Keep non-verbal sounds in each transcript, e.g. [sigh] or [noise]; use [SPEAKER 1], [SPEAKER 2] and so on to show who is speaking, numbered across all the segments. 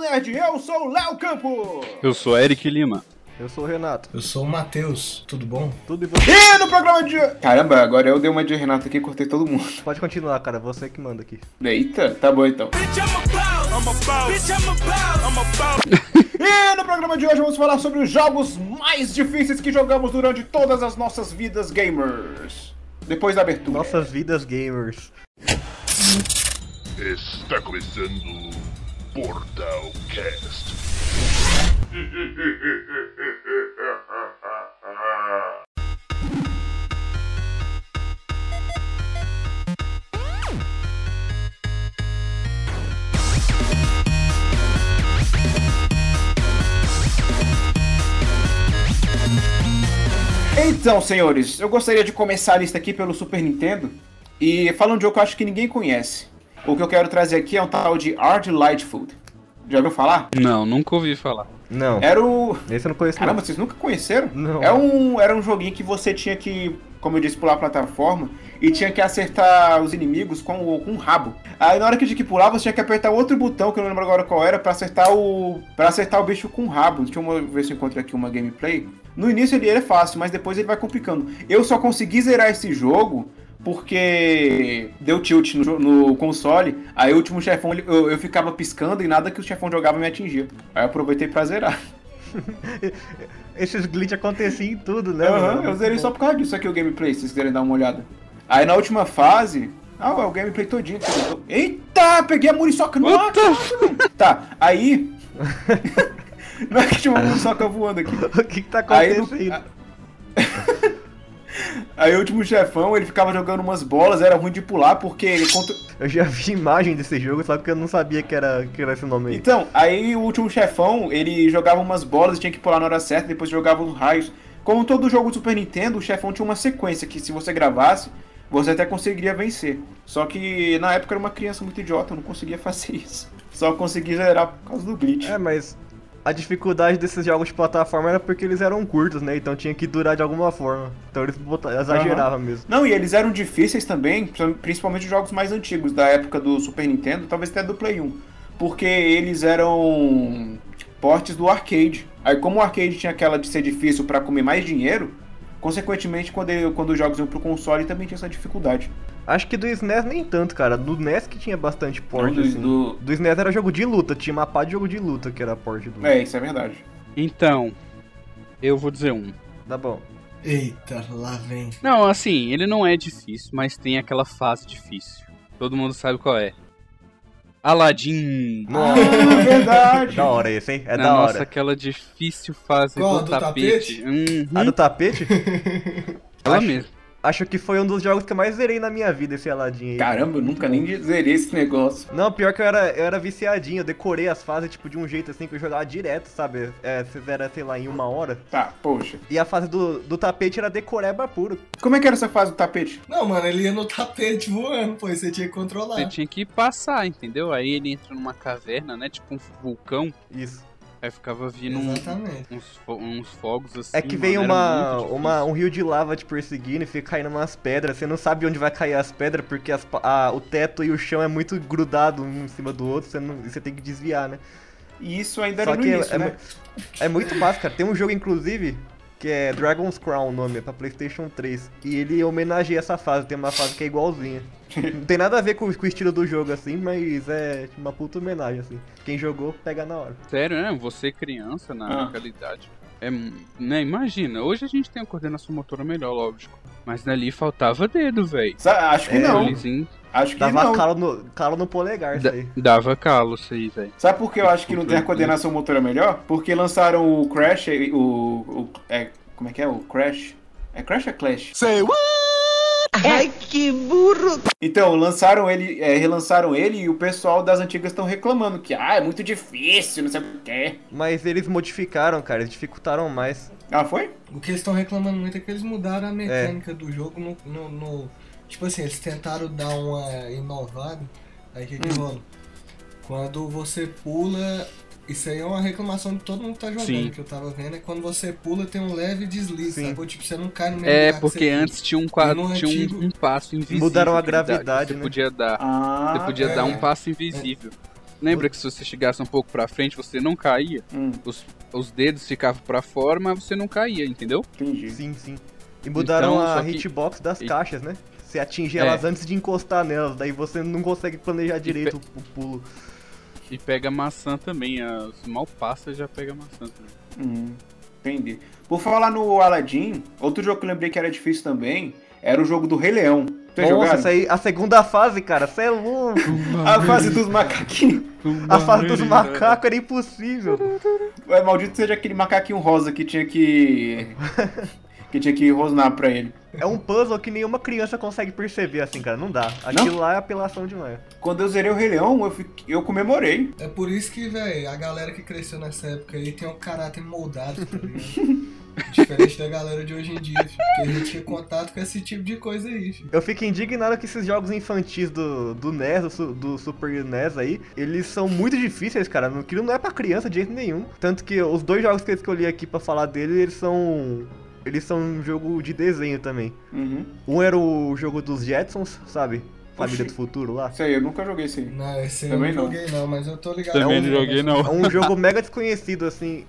[SPEAKER 1] Nerd. Eu sou o Léo Campo.
[SPEAKER 2] Eu sou Eric Lima.
[SPEAKER 3] Eu sou o Renato.
[SPEAKER 4] Eu sou o Matheus, tudo bom?
[SPEAKER 3] Tudo e você?
[SPEAKER 1] E no programa de. Caramba, agora eu dei uma de Renato aqui e cortei todo mundo. [laughs]
[SPEAKER 3] Pode continuar, cara. Você que manda aqui.
[SPEAKER 1] Eita, tá bom então. E no programa de hoje vamos falar sobre os jogos mais difíceis que jogamos durante todas as nossas vidas gamers. Depois da abertura.
[SPEAKER 3] Nossas vidas gamers.
[SPEAKER 5] Está começando Portal Cast. [laughs]
[SPEAKER 1] Então, senhores, eu gostaria de começar a lista aqui pelo Super Nintendo e falando de um jogo que eu acho que ninguém conhece. O que eu quero trazer aqui é um tal de Art Lightfoot. Já ouviu falar?
[SPEAKER 2] Não, nunca ouvi falar.
[SPEAKER 3] Não.
[SPEAKER 1] Era o.
[SPEAKER 3] Esse eu não conheço,
[SPEAKER 1] É. Caramba,
[SPEAKER 3] não.
[SPEAKER 1] vocês nunca conheceram?
[SPEAKER 3] Não.
[SPEAKER 1] É um, era um joguinho que você tinha que, como eu disse, pular a plataforma e tinha que acertar os inimigos com, o- com um rabo. Aí na hora que tinha que pular, você tinha que apertar outro botão, que eu não lembro agora qual era, pra acertar o. para acertar o bicho com o rabo. Deixa eu ver se eu encontro aqui uma gameplay. No início ele era fácil, mas depois ele vai complicando. Eu só consegui zerar esse jogo. Porque deu tilt no, jo- no console, aí o último chefão ele- eu, eu ficava piscando e nada que o chefão jogava me atingia. Aí eu aproveitei pra zerar.
[SPEAKER 3] [laughs] Esses glitch aconteciam em tudo, né?
[SPEAKER 1] Aham,
[SPEAKER 3] mano?
[SPEAKER 1] eu zerei só por causa disso aqui o gameplay, se vocês quiserem dar uma olhada. Aí na última fase. Ah, é o gameplay todinho. que eu tô- Eita, peguei a muriçoca no ar! caralho! Tá, aí. [laughs] Não é que tinha uma muriçoca voando aqui.
[SPEAKER 3] [laughs] O que, que tá
[SPEAKER 1] Aí, no-
[SPEAKER 3] acontecendo?
[SPEAKER 1] [laughs] aí o último chefão, ele ficava jogando umas bolas, era ruim de pular, porque ele contra...
[SPEAKER 3] Eu já vi imagem desse jogo, só que eu não sabia que era, que era esse nome aí.
[SPEAKER 1] Então, aí o último chefão, ele jogava umas bolas e tinha que pular na hora certa, depois jogava os raios. Como todo jogo do Super Nintendo, o chefão tinha uma sequência que se você gravasse, você até conseguiria vencer. Só que na época eu era uma criança muito idiota, eu não conseguia [laughs] fazer isso. Só consegui zerar por causa do glitch.
[SPEAKER 3] É, mas a dificuldade desses jogos de plataforma era porque eles eram curtos, né? Então tinha que durar de alguma forma. Então eles bota- exageravam mesmo.
[SPEAKER 1] Não, e eles eram difíceis também, principalmente os jogos mais antigos da época do Super Nintendo, talvez até do Play 1, porque eles eram portes do arcade. Aí como o arcade tinha aquela de ser difícil pra comer mais dinheiro, consequentemente quando, ele- quando os jogos iam pro console também tinha essa dificuldade.
[SPEAKER 3] Acho que do SNES nem tanto, cara. Do NES que tinha bastante porte,
[SPEAKER 1] Não, do-
[SPEAKER 3] assim.
[SPEAKER 1] do-
[SPEAKER 3] Do SNES era jogo de luta, tinha uma pá de jogo de luta que era porte do.
[SPEAKER 1] É, isso é
[SPEAKER 3] [laughs]
[SPEAKER 1] verdade.
[SPEAKER 2] Então, eu vou dizer um.
[SPEAKER 3] Tá bom.
[SPEAKER 4] Eita, lá vem.
[SPEAKER 2] Não, assim, ele não é difícil, mas tem aquela fase difícil. Todo mundo sabe qual é. Aladdin.
[SPEAKER 3] Nossa,
[SPEAKER 1] É
[SPEAKER 3] é
[SPEAKER 1] verdade.
[SPEAKER 3] da hora esse, hein? É
[SPEAKER 2] Na
[SPEAKER 3] da
[SPEAKER 2] nossa,
[SPEAKER 3] hora.
[SPEAKER 2] aquela difícil fase
[SPEAKER 4] Qual?
[SPEAKER 2] do,
[SPEAKER 4] Do
[SPEAKER 2] tapete.
[SPEAKER 4] tapete?
[SPEAKER 2] Uhum,
[SPEAKER 3] A Ah,
[SPEAKER 2] [laughs]
[SPEAKER 3] do tapete?
[SPEAKER 2] ela
[SPEAKER 3] acho-
[SPEAKER 2] mesmo.
[SPEAKER 3] Acho que foi um dos jogos que eu mais zerei na minha vida, esse Aladdin aí.
[SPEAKER 1] Caramba, eu nunca nem zerei esse negócio.
[SPEAKER 3] Não, pior que eu era, eu era viciadinho, eu decorei as fases, tipo, de um jeito assim que eu jogava direto, sabe? É, você zera, sei lá, em uma hora.
[SPEAKER 1] Tá, poxa.
[SPEAKER 3] E a fase do, do tapete era decoreba puro.
[SPEAKER 1] Como é que era essa fase do tapete?
[SPEAKER 4] Não, mano, ele ia no tapete voando, pô, e você tinha que controlar.
[SPEAKER 2] Você tinha que passar, entendeu? Aí ele entra numa caverna, né? Tipo um vulcão.
[SPEAKER 3] Isso.
[SPEAKER 2] Aí ficava vindo um-
[SPEAKER 4] Exatamente.
[SPEAKER 2] uns, fo- uns fogos assim.
[SPEAKER 3] É que veio
[SPEAKER 2] mano, era
[SPEAKER 3] uma,
[SPEAKER 2] muito
[SPEAKER 3] uma, um rio de lava te perseguindo e fica caindo umas pedras. Você não sabe onde vai cair as pedras porque as pa- a- o teto e o chão é muito grudado um em cima do outro. Você, não, você tem que desviar, né?
[SPEAKER 1] E isso ainda
[SPEAKER 3] Só
[SPEAKER 1] era no
[SPEAKER 3] que é-
[SPEAKER 1] início,
[SPEAKER 3] é,
[SPEAKER 1] né?
[SPEAKER 3] mu- é muito massa, cara. Tem um jogo, inclusive, que é Dragon's Crown o nome, é pra Playstation 3. E ele homenageia essa fase, tem uma fase que
[SPEAKER 1] [laughs]
[SPEAKER 3] é igualzinha. Não tem nada a ver com, com o estilo do jogo, assim, mas é uma puta homenagem, assim. Quem jogou, pega na hora.
[SPEAKER 2] Sério, né? Você criança na
[SPEAKER 1] Ah.
[SPEAKER 2] localidade. É, né, imagina, hoje a gente tem uma coordenação motora melhor, lógico. Mas ali faltava dedo, velho.
[SPEAKER 1] Sa- Acho que
[SPEAKER 3] É,
[SPEAKER 1] não.
[SPEAKER 2] Lisinho,
[SPEAKER 1] Acho que
[SPEAKER 3] Dava
[SPEAKER 1] não.
[SPEAKER 3] calo no, calo no polegar, isso
[SPEAKER 2] da-
[SPEAKER 3] aí.
[SPEAKER 2] dava calo isso aí, velho.
[SPEAKER 1] Sabe por que eu acho que não tem a coordenação
[SPEAKER 2] né?
[SPEAKER 1] motora melhor? Porque lançaram o Crash, e o. o- é, como é que é? O Crash? É Crash ou é Clash?
[SPEAKER 6] Ai, que burro!
[SPEAKER 1] Então, lançaram ele, é, relançaram ele e o pessoal das antigas estão reclamando que, ah, é muito difícil, não sei o quê.
[SPEAKER 3] Mas eles modificaram, cara, eles dificultaram mais.
[SPEAKER 1] Ah, foi?
[SPEAKER 4] O que eles estão reclamando muito é que eles mudaram a mecânica do jogo no, no, no- Tipo assim, eles tentaram dar uma inovada. Aí o que,
[SPEAKER 2] Hum.
[SPEAKER 4] que rola? Quando você pula. Isso aí é uma reclamação de todo mundo que tá jogando,
[SPEAKER 2] Sim.
[SPEAKER 4] que eu tava vendo. É quando você pula, tem um leve deslize,
[SPEAKER 3] Sim.
[SPEAKER 4] sacou? Tipo, você não cai no mesmo
[SPEAKER 2] É,
[SPEAKER 4] lugar que
[SPEAKER 2] porque
[SPEAKER 4] você-
[SPEAKER 2] antes tinha um quadro,
[SPEAKER 4] no
[SPEAKER 2] tinha um-
[SPEAKER 4] antigo-
[SPEAKER 2] um, passo invisível.
[SPEAKER 3] Mudaram a
[SPEAKER 2] que ele dá- que
[SPEAKER 3] gravidade,
[SPEAKER 2] Você
[SPEAKER 3] né?
[SPEAKER 2] podia dar.
[SPEAKER 1] Ah,
[SPEAKER 2] Você podia
[SPEAKER 4] é.
[SPEAKER 2] dar um passo invisível. Lembra que se você chegasse um pouco pra frente, você não caía?
[SPEAKER 1] Hum,
[SPEAKER 2] Os, os dedos ficavam pra fora, mas você não caía, entendeu?
[SPEAKER 1] entendi.
[SPEAKER 3] Sim, sim. E mudaram
[SPEAKER 2] Então,
[SPEAKER 3] a
[SPEAKER 2] só que-
[SPEAKER 3] hitbox das
[SPEAKER 2] e-
[SPEAKER 3] caixas, né? Você atinge
[SPEAKER 2] É.
[SPEAKER 3] elas antes de encostar nelas, daí você não consegue planejar direito o pulo.
[SPEAKER 2] E pega maçã também. As mal passa já pega maçã também.
[SPEAKER 1] Hum, entendi. Por falar no Aladdin, outro jogo que eu lembrei que era difícil também era o jogo do Rei Leão. Vocês
[SPEAKER 3] Nossa,
[SPEAKER 1] jogaram?
[SPEAKER 3] essa aí, a segunda fase, cara, você é louco.
[SPEAKER 1] A fase dos macaquinhos.
[SPEAKER 3] A fase dos macacos era impossível.
[SPEAKER 1] É, maldito seja aquele macaquinho rosa que tinha que.
[SPEAKER 3] [laughs]
[SPEAKER 1] que tinha que rosnar pra ele.
[SPEAKER 3] É um puzzle que nenhuma criança consegue perceber, assim, cara, não dá. Aquilo lá é apelação demais.
[SPEAKER 1] Quando eu zerei o Rei Leão, eu, fiquei- eu comemorei.
[SPEAKER 4] É por isso que, velho, a galera que cresceu nessa época aí tem um caráter moldado, tá ligado? Diferente da galera de hoje em dia, filho, porque a gente tinha contato com esse tipo de coisa aí, filho.
[SPEAKER 3] Eu fico indignado que esses jogos infantis do, do NES, do, su- do Super NES aí, eles são muito difíceis, cara. Aquilo não é pra criança de jeito nenhum. Tanto que os dois jogos que eu escolhi aqui pra falar dele, eles são. Eles são um jogo de desenho também.
[SPEAKER 1] Uhum.
[SPEAKER 3] Um era o jogo dos Jetsons, sabe? Família
[SPEAKER 1] Oxi.
[SPEAKER 3] do Futuro lá.
[SPEAKER 1] Isso aí, eu nunca joguei isso aí.
[SPEAKER 4] Não, esse aí
[SPEAKER 1] Também
[SPEAKER 4] eu não
[SPEAKER 1] não.
[SPEAKER 4] joguei não, mas eu tô ligado.
[SPEAKER 2] Também
[SPEAKER 4] É um-
[SPEAKER 2] não joguei, não.
[SPEAKER 3] É um jogo mega desconhecido, assim,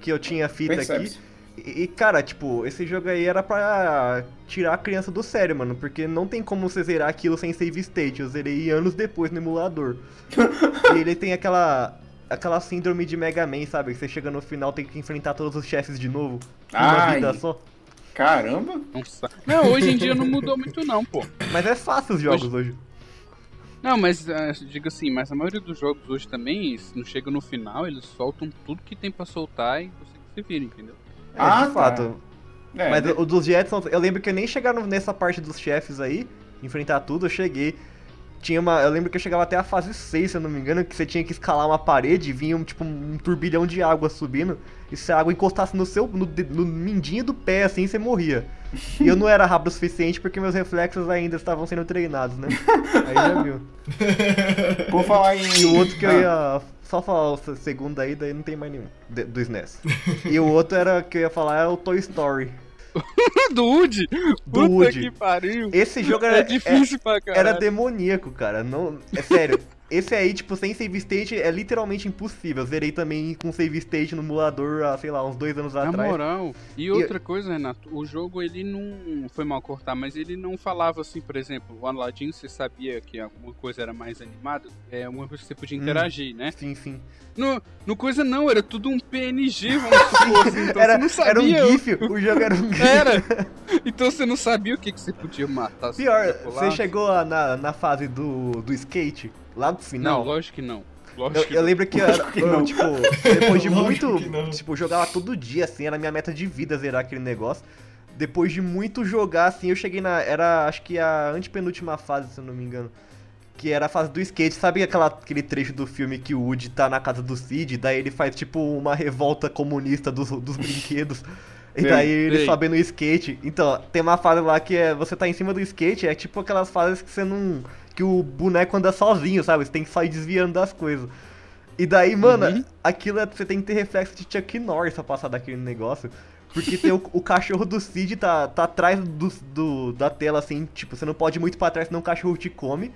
[SPEAKER 3] que eu tinha fita aqui.
[SPEAKER 1] Percebe-se.
[SPEAKER 3] E, e, cara, tipo, esse jogo aí era pra tirar a criança do sério, mano. Porque não tem como você zerar aquilo sem save state. Eu zerei anos depois no emulador.
[SPEAKER 1] [laughs]
[SPEAKER 3] e ele tem aquela. Aquela síndrome de Mega Man, sabe? Que você chega no final tem que enfrentar todos os chefes de novo. Uma
[SPEAKER 1] Ai.
[SPEAKER 3] vida só. É,
[SPEAKER 1] Caramba!
[SPEAKER 2] Não, sa- Não, hoje em dia [laughs] não mudou muito, não, pô.
[SPEAKER 3] Mas é fácil os jogos hoje.
[SPEAKER 2] Não, mas ah, digo assim, mas a maioria dos jogos hoje também, se não chega no final, eles soltam tudo que tem pra soltar e você que se vira, [laughs] entendeu?
[SPEAKER 3] É,
[SPEAKER 1] Ah,
[SPEAKER 3] de
[SPEAKER 1] tá.
[SPEAKER 3] fato.
[SPEAKER 1] É,
[SPEAKER 2] né?
[SPEAKER 3] Mas o dos Jetsons, eu lembro que eu nem chegaram nessa parte dos chefes aí, enfrentar tudo, eu cheguei. Tinha uma, eu lembro que eu chegava até a fase 6, se eu não me engano, que você tinha que escalar uma parede e vinha um, tipo um turbilhão de água subindo, e se a água encostasse no seu no, de- no mindinho do pé assim, você morria. E eu não era rápido o suficiente porque meus reflexos ainda estavam sendo treinados,
[SPEAKER 2] [laughs]
[SPEAKER 3] né? Aí já viu.
[SPEAKER 1] por
[SPEAKER 3] [laughs]
[SPEAKER 1] falar em. Ah,
[SPEAKER 3] E o outro que eu ia só falar o se- segundo aí, daí não tem mais nenhum de- do SNES. E o outro era que eu ia falar é o Toy Story.
[SPEAKER 2] É Do Woody! Puta
[SPEAKER 3] Woody.
[SPEAKER 2] que pariu!
[SPEAKER 3] Esse jogo era
[SPEAKER 2] É difícil pra caralho.
[SPEAKER 3] Era demoníaco, cara. Não,
[SPEAKER 2] [laughs]
[SPEAKER 3] é sério. Esse aí, tipo, sem save state é literalmente impossível. Eu zerei também com save state no emulador há, sei lá, uns dois anos
[SPEAKER 2] Na
[SPEAKER 3] atrás.
[SPEAKER 2] moral. E outra coisa, Renato, o jogo ele não. Foi mal cortar, mas ele não falava assim, por exemplo, o Aladdin você sabia que alguma coisa era mais animada, é alguma coisa que você podia
[SPEAKER 3] Hum.
[SPEAKER 2] interagir, né?
[SPEAKER 3] Sim, sim.
[SPEAKER 2] No, no coisa não, era tudo um PNG, vamos [laughs] supor. assim,
[SPEAKER 3] [laughs]
[SPEAKER 2] então
[SPEAKER 3] era,
[SPEAKER 2] você não sabia.
[SPEAKER 3] era um GIF, o jogo
[SPEAKER 2] [laughs]
[SPEAKER 3] era um GIF.
[SPEAKER 2] Era! Então você não sabia o que, que você podia matar. se
[SPEAKER 3] Pior,
[SPEAKER 2] podia pular.
[SPEAKER 3] você chegou lá na, na fase do, do skate, lá no
[SPEAKER 2] Não,
[SPEAKER 3] final.
[SPEAKER 2] lógico que não.
[SPEAKER 3] Eu,
[SPEAKER 2] [laughs] Lógico que
[SPEAKER 3] eu lembro que, era,
[SPEAKER 1] que
[SPEAKER 3] eu,
[SPEAKER 1] não.
[SPEAKER 3] tipo,
[SPEAKER 2] [laughs]
[SPEAKER 3] depois de
[SPEAKER 4] Lógico
[SPEAKER 3] muito.
[SPEAKER 4] que não.
[SPEAKER 3] Tipo, eu jogava todo dia, assim, era a minha meta de vida zerar aquele negócio. Depois de muito jogar, assim, eu cheguei na. Era acho que a antepenúltima fase, se eu não me engano. Que era a fase do skate. Sabe aquela, aquele trecho do filme que o Woody tá na casa do Cid? Daí ele faz, tipo, uma revolta comunista dos, dos brinquedos. E
[SPEAKER 1] Sei,
[SPEAKER 3] daí ele
[SPEAKER 2] sei.
[SPEAKER 3] sobe no skate. Então, tem uma fase lá que é você tá em cima do skate, é tipo aquelas fases que você não. que o boneco anda sozinho, sabe? Você tem que sair desviando das coisas. E daí, mano, aquilo é, você tem que ter reflexo de Chuck Norris pra passar daquele negócio. Porque tem o, o cachorro do Cid tá, tá atrás do, do- da tela, assim, tipo, você não pode ir muito pra trás, senão o cachorro te come.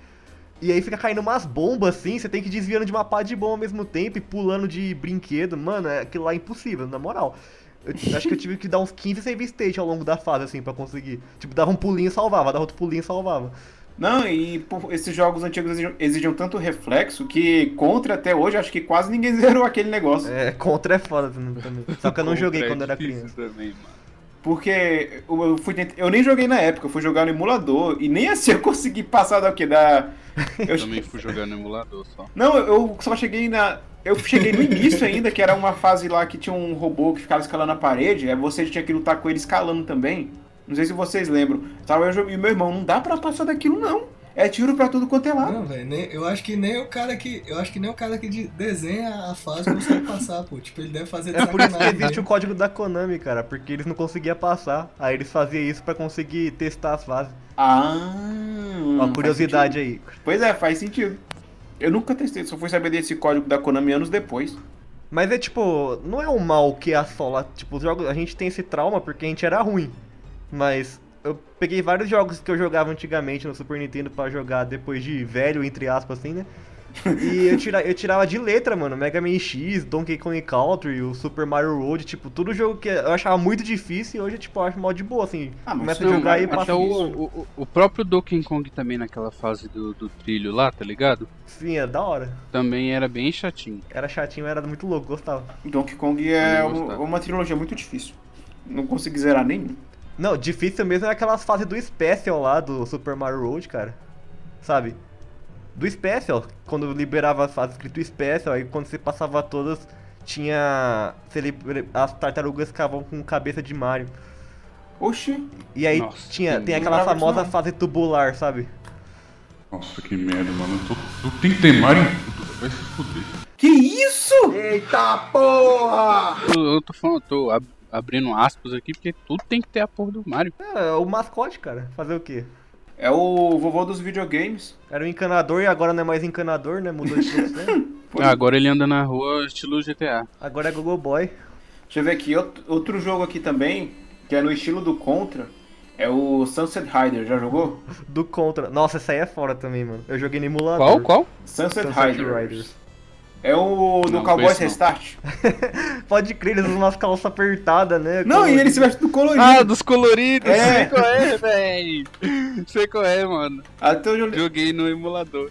[SPEAKER 3] E aí fica caindo umas bombas, assim, você tem que ir desviando de uma pá de bomba ao mesmo tempo e pulando de brinquedo. Mano, é- aquilo lá é impossível, na moral. Eu t- acho que eu tive que dar uns 15 save state ao longo da fase, assim, pra conseguir. Tipo, dava um pulinho e salvava, dava outro pulinho e salvava.
[SPEAKER 1] Não, e pô, esses jogos antigos exigem, exigem tanto reflexo que contra até hoje acho que quase ninguém [laughs] zerou aquele negócio.
[SPEAKER 3] É, contra é foda também. Só que eu não
[SPEAKER 2] é
[SPEAKER 3] joguei quando era criança.
[SPEAKER 2] Também, mano.
[SPEAKER 1] Porque eu, eu fui tent- eu nem joguei na época, eu fui jogar no emulador e nem assim eu consegui passar da que da eu-
[SPEAKER 2] Eu também fui jogar no emulador só.
[SPEAKER 1] Não, eu- eu só cheguei na eu cheguei no início ainda, que era uma fase lá que tinha um robô que ficava escalando a parede, aí você tinha que lutar com ele escalando também. Não sei se vocês lembram. Tava eu e meu irmão, não dá pra passar daquilo não. É tiro pra tudo quanto é lado.
[SPEAKER 4] Não, velho, nem- eu acho que nem o cara que. Eu acho que nem o cara que de- desenha a fase consegue passar, pô. Tipo, ele deve fazer de
[SPEAKER 3] É por isso que
[SPEAKER 4] sacanagem,
[SPEAKER 3] existe o
[SPEAKER 4] né?
[SPEAKER 3] código da Konami, cara, porque eles não conseguiam passar. Aí eles faziam isso pra conseguir testar as fases.
[SPEAKER 1] Ah.
[SPEAKER 3] Uma
[SPEAKER 1] faz
[SPEAKER 3] curiosidade aí.
[SPEAKER 1] Pois é, faz sentido. Eu nunca testei, só fui saber desse código da Konami anos depois.
[SPEAKER 3] Mas é tipo, não é um mal que assola. Tipo, os jogos, a gente tem esse trauma porque a gente era ruim. Mas eu peguei vários jogos que eu jogava antigamente no Super Nintendo pra jogar depois de velho, entre aspas, assim, né? E eu, tira, eu tirava de letra, mano, Mega Man X, Donkey Kong Country, o Super Mario Road, tipo, tudo jogo que eu achava muito difícil e hoje, tipo, eu acho mó de boa, assim.
[SPEAKER 1] Ah, mas
[SPEAKER 3] começa a
[SPEAKER 2] Não,
[SPEAKER 3] jogar e
[SPEAKER 2] até
[SPEAKER 3] passa.
[SPEAKER 2] o, o, o próprio Donkey Kong também naquela fase do, do trilho lá, tá ligado?
[SPEAKER 3] Sim, é da hora.
[SPEAKER 2] Também era bem chatinho.
[SPEAKER 3] Era chatinho, era muito louco, gostava.
[SPEAKER 1] Donkey Kong é
[SPEAKER 2] Eu não
[SPEAKER 1] uma,
[SPEAKER 2] gostava.
[SPEAKER 1] uma trilogia muito difícil. Não consegui zerar nenhum.
[SPEAKER 3] Não, difícil mesmo é aquelas fases do Special lá do Super Mario Road, cara. Sabe? Do Special, quando liberava as fases escrito Special, aí quando você passava todas, tinha. você liber- As tartarugas ficavam com cabeça de Mario.
[SPEAKER 1] Oxi,
[SPEAKER 3] E aí
[SPEAKER 2] Nossa,
[SPEAKER 3] tinha,
[SPEAKER 2] que
[SPEAKER 3] tem
[SPEAKER 1] não
[SPEAKER 3] aquela
[SPEAKER 1] lembrava disso,
[SPEAKER 3] famosa
[SPEAKER 1] não.
[SPEAKER 3] fase tubular, sabe?
[SPEAKER 7] Nossa, que merda, mano. Eu tô- tu tem que ter Mario em tudo, vai se fuder.
[SPEAKER 1] que isso?
[SPEAKER 2] Eu, eu tô falando, eu tô ab- abrindo aspas aqui, porque tudo tem que ter a porra do Mario.
[SPEAKER 3] É, o mascote, cara. Fazer o quê?
[SPEAKER 1] É o vovô dos videogames.
[SPEAKER 3] Era um encanador e agora não é mais encanador, né? Mudou de profissão. [laughs]
[SPEAKER 1] Pois
[SPEAKER 2] Ah,
[SPEAKER 1] é.
[SPEAKER 2] agora ele anda na rua estilo GTA.
[SPEAKER 3] agora é Gogo Boy.
[SPEAKER 1] Deixa eu ver aqui, out- outro jogo aqui também, que é no estilo do Contra, é o Sunset Rider, já jogou?
[SPEAKER 3] Do Contra. Nossa, essa aí é fora também, mano. Eu joguei no emulador.
[SPEAKER 2] Qual, qual?
[SPEAKER 1] Sunset,
[SPEAKER 3] Sunset
[SPEAKER 1] Rider.
[SPEAKER 3] Riders.
[SPEAKER 1] É o do
[SPEAKER 2] Não,
[SPEAKER 1] Cowboys
[SPEAKER 2] conheço não.
[SPEAKER 1] [laughs] Restart.
[SPEAKER 3] [laughs] Pode crer, eles usam umas calças apertadas, né?
[SPEAKER 1] Não,
[SPEAKER 3] Com-
[SPEAKER 1] e ele se veste É do colorido.
[SPEAKER 2] Ah, dos coloridos,
[SPEAKER 1] É.
[SPEAKER 2] sei qual é, véi. Sei qual é, mano.
[SPEAKER 1] Até Ah, então eu joguei.
[SPEAKER 2] Joguei no emulador.